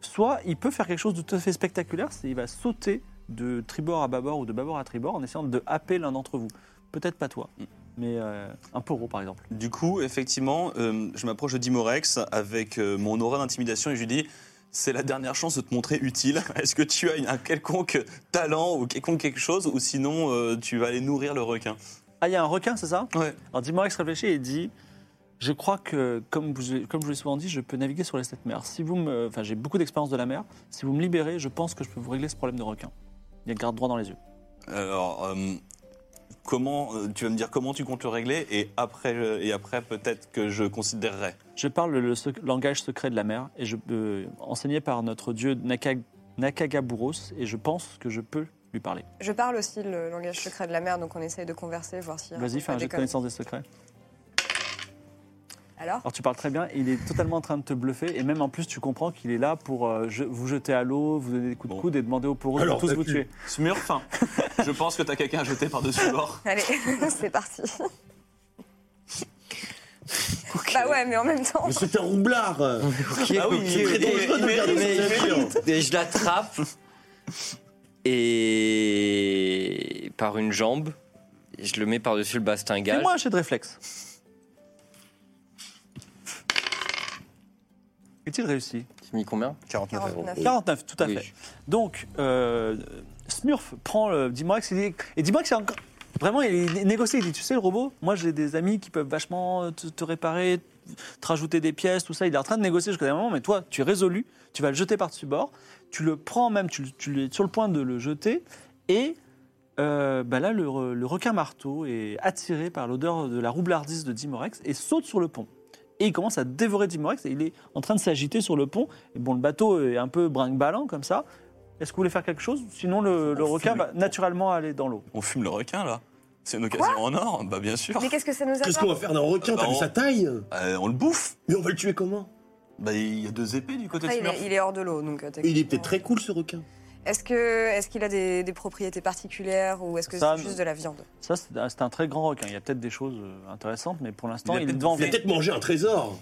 B: Soit il peut faire quelque chose de tout à fait spectaculaire, c'est il va sauter de tribord à bâbord ou de bâbord à tribord en essayant de happer l'un d'entre vous. Peut-être pas toi,
E: Mm.
B: mais euh, un poro par exemple.
E: Du coup, effectivement, euh, je m'approche de Dimorex avec euh, mon aura d'intimidation et je lui dis c'est la dernière chance de te montrer utile. [laughs] Est-ce que tu as une- un quelconque talent ou quelconque quelque chose ou sinon euh, tu vas aller nourrir le requin
B: Ah, il y a un requin, c'est ça
E: Ouais.
B: Alors Dimorex réfléchit et dit Je crois que, comme, vous- comme je vous l'ai souvent dit, je peux naviguer sur les sept mers. Si vous me, enfin, j'ai beaucoup d'expérience de la mer. Si vous me libérez, je pense que je peux vous régler ce problème de requin. Il regarde droit dans les yeux.
E: Alors, euh, comment euh, tu vas me dire comment tu comptes le régler et après euh, et après peut-être que je considérerai.
B: Je parle le sec- langage secret de la mer, et je, euh, enseigné par notre dieu Naka- Nakagaburos, et je pense que je peux lui parler.
D: Je parle aussi le langage secret de la mer, donc on essaye de converser, voir si.
B: Vas-y, fais un jet de connaissance des secrets.
D: Alors
B: Alors tu parles très bien, il est totalement en train de te bluffer, et même en plus tu comprends qu'il est là pour euh, je- vous jeter à l'eau, vous donner des coups de
E: Bon.
B: coude et demander au pour
F: Alors,
B: tous
F: ça
B: vous
F: pue.
B: tuer.
E: Smurf, [laughs] hein. je pense que t'as quelqu'un à jeter par-dessus bord.
D: Allez, [laughs] c'est
F: [laughs]
D: parti. Bah ouais, mais en même temps.
F: Mais c'est un [laughs] roublard
E: Ah oui,
F: C'est très
E: il- il-
F: dangereux de
E: il
F: garder ce
E: mérite, il
F: navire.
C: Et je l'attrape et par une jambe, je le mets par-dessus le bastingage.
B: Fais-moi un jet de réflexe. Est-il réussi
C: J'ai mis combien
E: 49
D: 49.
B: 49, tout à
C: Oui.
B: fait. Donc, euh, Smurf prend le Dimorex et dit, et Dimorex est encore... Vraiment, il est négocié, il dit, tu sais, le robot, moi j'ai des amis qui peuvent vachement te, te réparer, te rajouter des pièces, tout ça. Il est en train de négocier jusqu'à un moment, mais toi, tu es résolu, tu vas le jeter par-dessus bord, tu le prends même, tu, le- tu es sur le point de le jeter, et euh, bah là, le, re- le requin marteau est attiré par l'odeur de la roublardise de Dimorex et saute sur le pont. Et il commence à dévorer Dimorex et il est en train de s'agiter sur le pont. Et bon, le bateau est un peu brinque-ballant comme ça. Est-ce que vous voulez faire quelque chose Sinon, le, le
E: On
B: requin
E: fume le
B: va naturellement aller dans l'eau.
E: On fume le requin là. C'est une occasion en or, bah bien sûr.
D: Mais qu'est-ce que ça nous
F: Qu'est-ce qu'on
D: apporte
F: va faire d'un requin
E: Bah,
F: T'as vu
E: on-
F: sa taille
E: Euh, on le bouffe.
F: Mais on va le tuer comment
E: Bah il y a deux épées du côté
D: Après,
E: de
D: Ah, il,
E: Smurf.
D: est, il est hors de l'eau, donc. euh,
F: Il était
D: techniquement.
F: très cool ce requin.
D: Est-ce que est-ce qu'il a des, des propriétés particulières ou est-ce que
B: Ça,
D: c'est juste de la viande
B: Ça, c'est un, c'est un très grand requin. Il y a peut-être des choses euh, intéressantes, mais pour l'instant,
E: Il a
B: il, est
E: peut-être
B: devant
F: Il a
B: vous.
F: peut-être mangé un trésor.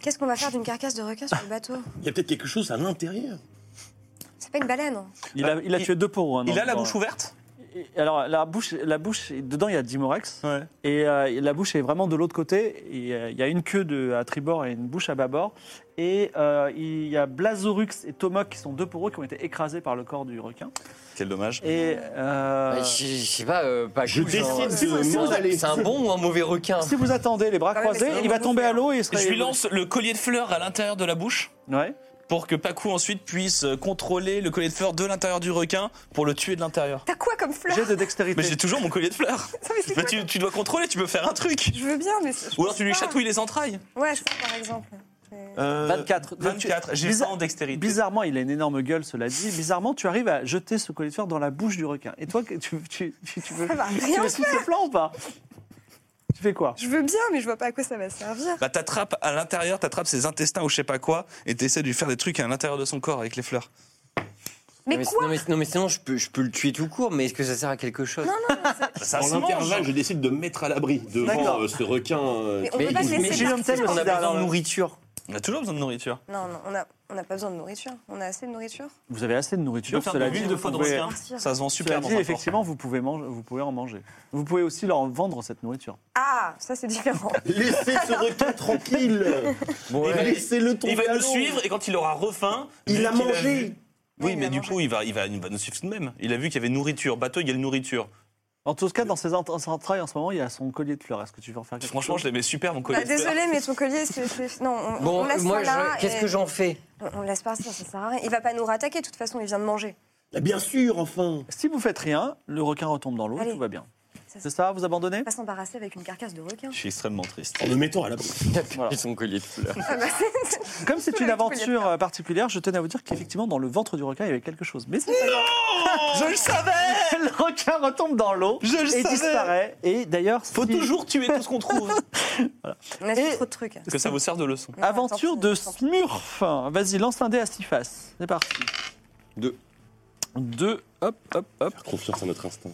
D: Qu'est-ce qu'on va faire d'une carcasse de requin sur le bateau
F: Il y a peut-être quelque chose à l'intérieur.
D: C'est pas une baleine. hein.
B: Il a, il a
E: Il-
B: tué deux pour un.
E: Il
B: dans-
E: a la
B: dans-
E: bouche ouverte
B: Et- Alors, la bouche, la bouche, dedans, il y a Dimorex.
E: Ouais.
B: Et euh, la bouche est vraiment de l'autre côté. Et, euh, Il y a une queue de, à tribord et une bouche à bâbord. Et euh, il y a Blazorux et Tomok qui sont deux pour eux qui ont été écrasés par le corps du requin.
E: Quel dommage.
B: Et euh,
C: Ouais, Bah, Je Ah. je sais pas, euh, pas
F: Je
C: cool, genre,
F: décide
C: c'est
F: de
C: un-
F: m'en aller.
C: C'est un bon ou un mauvais requin
B: si vous attendez les bras
D: Ah ouais, mais
B: croisés,
D: c'est
B: il va
D: vraiment
B: tomber à
D: faire.
B: l'eau et il sera.
E: Je lui lance le collier de fleurs à l'intérieur de la bouche
B: Ouais.
E: pour que Paco ensuite puisse euh, contrôler le collier de fleurs de l'intérieur du requin pour le tuer de l'intérieur.
D: T'as quoi comme fleur
B: J'ai de
E: Mais
B: dextérité.
E: j'ai toujours mon collier
B: [laughs]
E: de fleurs.
D: Ça, mais c'est
E: Mais
D: quoi
E: tu, tu dois contrôler, tu peux faire un truc.
D: Je veux bien, mais c'est- je
E: Ou alors
D: pense
E: tu lui
D: pas.
E: chatouilles les entrailles.
D: Ouais, ça par exemple. Mais-
B: 24. Donc, tu-
E: 24, euh, j'ai
B: bizar-
E: ça en dextérité.
B: Bizarrement, il a une énorme gueule, cela dit. Bizarrement, tu arrives à jeter ce collier de fleurs dans la bouche du requin. Et toi, que- tu, tu, tu, tu veux,
D: Ça va
B: tu
D: rien
B: veux sous ses flancs ou pas Tu fais quoi
D: Je veux bien, mais je vois pas à quoi ça va servir.
E: Bah t'attrapes à l'intérieur, t'attrapes ses intestins ou je sais pas quoi, et t'essaies de lui faire des trucs à l'intérieur de son corps avec les fleurs.
D: Mais,
C: non,
D: quoi
C: non, mais, non, mais sinon, je peux, je peux le tuer tout court, mais est-ce que ça sert à quelque chose
B: Bah,
E: Ça
F: Dans
E: se mange.
F: l'intervalle, je décide de me mettre à l'abri devant
B: D'accord.
F: euh, ce requin. euh,
D: Mais on
C: Mais-
D: peut pas le
C: mais
D: laisser
B: j'ai eu un tel
D: partir.
C: On a besoin
B: Derrière
C: de
B: le-
C: nourriture.
E: On a toujours besoin de nourriture.
D: Non, non, on a, on n'a pas besoin de nourriture. On a assez de nourriture.
B: Vous avez assez de nourriture. Cela dit,
E: l'huile
B: vous pouvez,
D: Partir.
E: Ça se vend
B: cela
E: super
B: dit,
E: dans un fort.
B: effectivement, vous pouvez, manger, vous pouvez en manger. Vous pouvez aussi leur vendre cette nourriture.
D: Ah, ça c'est différent.
F: Laissez ce requin tranquille.
C: Bon,
F: Et
C: ouais.
F: Laissez-le tomber.
E: Il va
F: à
E: nous
F: l'eau.
B: euh,
E: suivre et quand il aura refaim, vu
F: Il a
E: qu'il
F: mangé.
E: vu- Oui,
D: il
E: mais
D: a
E: du
D: mangé.
E: coup, il va, il, va, il va nous suivre tout de même. Il a vu qu'il y avait nourriture. Bateau, il y a une nourriture.
B: En tout cas, dans ses ent- ses entrailles en ce moment, il y a son collier de fleurs. Est-ce que tu veux en faire quelque
E: Franchement,
B: chose
E: je l'aimais super, mon
D: Bah,
E: collègue.
D: désolé, mais ton collier, c'est, c'est- non, on, on
C: Bon,
D: laisse
C: moi,
D: ça là.
C: je- qu'est-ce
D: et-
C: que j'en fais
D: on, on le laisse partir, ça sert à rien. Il va pas nous rattaquer. De toute façon, il vient de manger.
F: Ah, Bien sûr, enfin.
B: Si vous faites rien, le requin retombe dans l'eau et
D: Allez.
B: tout va bien.
D: Ça,
B: C'est ça Vous abandonnez
D: faut Pas s'embarrasser avec une carcasse de requin.
E: Je suis extrêmement triste.
F: En me mettant à l'abri.
B: Voilà.
C: [laughs] Ils sont colliers de fleurs.
B: Comme c'est une
D: Avec le collier de
B: aventure euh, particulière, je tenais à vous dire qu'effectivement, dans le ventre du requin, il y avait quelque chose. Mais c'est pas grave.
E: Je le savais
B: [laughs] le requin retombe dans l'eau
E: Je le
B: et
E: savais.
B: disparaît. Et d'ailleurs,
E: Faut
B: si-
E: toujours tuer tout ce qu'on trouve.
D: On a
B: Et-
D: trop de trucs.
E: que ça vous serve de leçon.
D: Non,
B: aventure
D: tant pis,
B: de
D: tant pis.
B: Smurf. Vas-y, lance un dé à six faces. C'est parti.
C: Deux.
B: Deux. Hop, hop, hop.
F: Faire confiance à notre instinct.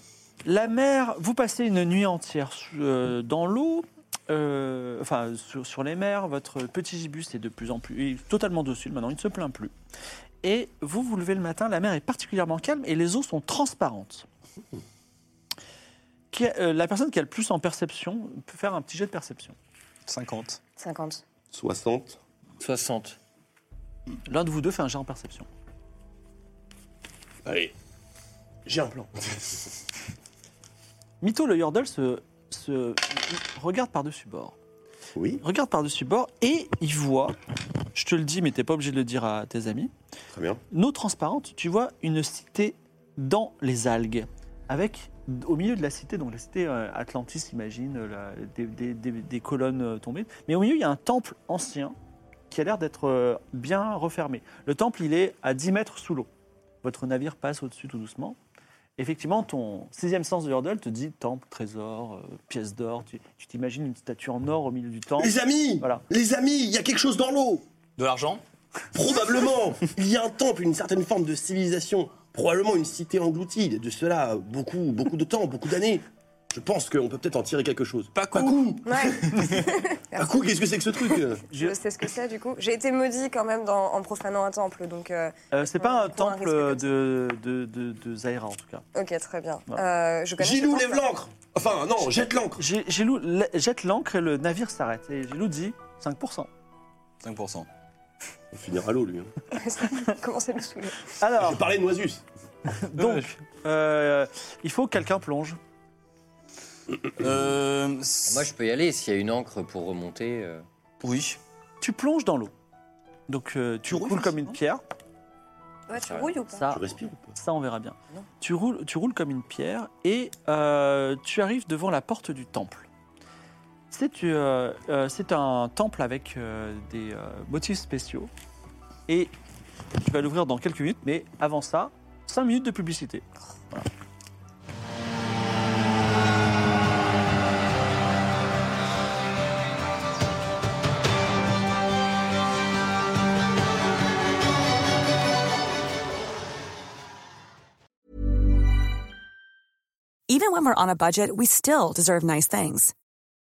B: La mer, vous passez une nuit entière euh, dans l'eau, euh, enfin sur, sur les mers, votre petit gibus est de plus en plus il est totalement docile maintenant, il ne se plaint plus. Et vous vous levez le matin, la mer est particulièrement calme et les eaux sont transparentes. Qui a- euh, la personne qui a le plus en perception peut faire un petit jet de perception.
E: 50.
C: [laughs]
D: 50.
F: 60.
C: 60.
B: L'un de vous deux fait un jet en perception.
F: Allez. J'ai un plan.
B: Mito le Yordle se, se regarde par-dessus bord.
F: Oui,
B: Regarde par-dessus bord et il voit, je te le dis mais t'es pas obligé de le dire à tes amis,
F: très bien.
B: Nos transparente, tu vois une cité dans les algues, avec au milieu de la cité, donc la cité euh, Atlantis, imagine, euh, la- des, des- des- des colonnes euh, tombées, mais au milieu, il y a un temple ancien qui a l'air d'être euh, bien refermé. Le temple, il est à 10 mètres sous l'eau. Votre navire passe au-dessus tout doucement. Effectivement, ton sixième sens de Yordle te dit temple, trésor, euh, pièce d'or. Tu tu t'imagines une statue en or au milieu du temple.
F: Les amis
B: Voilà.
F: Les amis, il y a quelque chose dans l'eau
E: De l'argent
F: Probablement Il y a un temple, une certaine forme de civilisation. Probablement une cité engloutie. De cela, beaucoup, beaucoup de temps, beaucoup d'années. Je pense qu'on peut peut-être en tirer quelque chose.
E: Pas con.
F: coup
D: Ouais.
F: Pas coup, qu'est-ce que c'est que ce truc euh
D: Je sais ce que c'est du coup. J'ai été maudit quand même dans- en profanant un temple, donc euh,
B: Euh, c'est pas un
D: Prends un risque
B: temple
D: comme ça.
B: de, de, de, de Zaira, en tout cas.
D: ok très bien.
B: Ouais.
D: Euh, je connais.
F: Gilou,
D: ce temple.
F: lève l'ancre Enfin, non, jette l'ancre
B: Gé- Gélou la- jette l'ancre et le navire s'arrête. Et Gélou dit 5%.
E: 5%.
F: On finira à l'eau, lui. hein.
D: [laughs] Commencez à me saouler.
B: Alors, [laughs]
F: Je parlais de Noisus.
B: donc, euh, il faut que quelqu'un plonge.
E: Euh,
C: Moi, je peux y aller s'il y a une encre pour remonter. euh.
E: Oui.
B: Tu plonges dans l'eau. Donc, euh, tu
E: Oui,
B: roules comme une pierre.
E: forcément.
D: Ouais, tu
C: Ouais.
D: rouilles ou pas
B: Ça,
F: Tu respires ou pas
B: ça, on verra bien.
D: Non.
B: Tu roules, tu roules comme une pierre et euh, tu arrives devant la porte du temple. C'est euh, euh, c'est un temple avec euh, des euh, motifs spéciaux. Et tu vas l'ouvrir dans quelques minutes, mais avant ça, 5 minutes de publicité.
C: Even when we're on a budget, we still deserve nice things.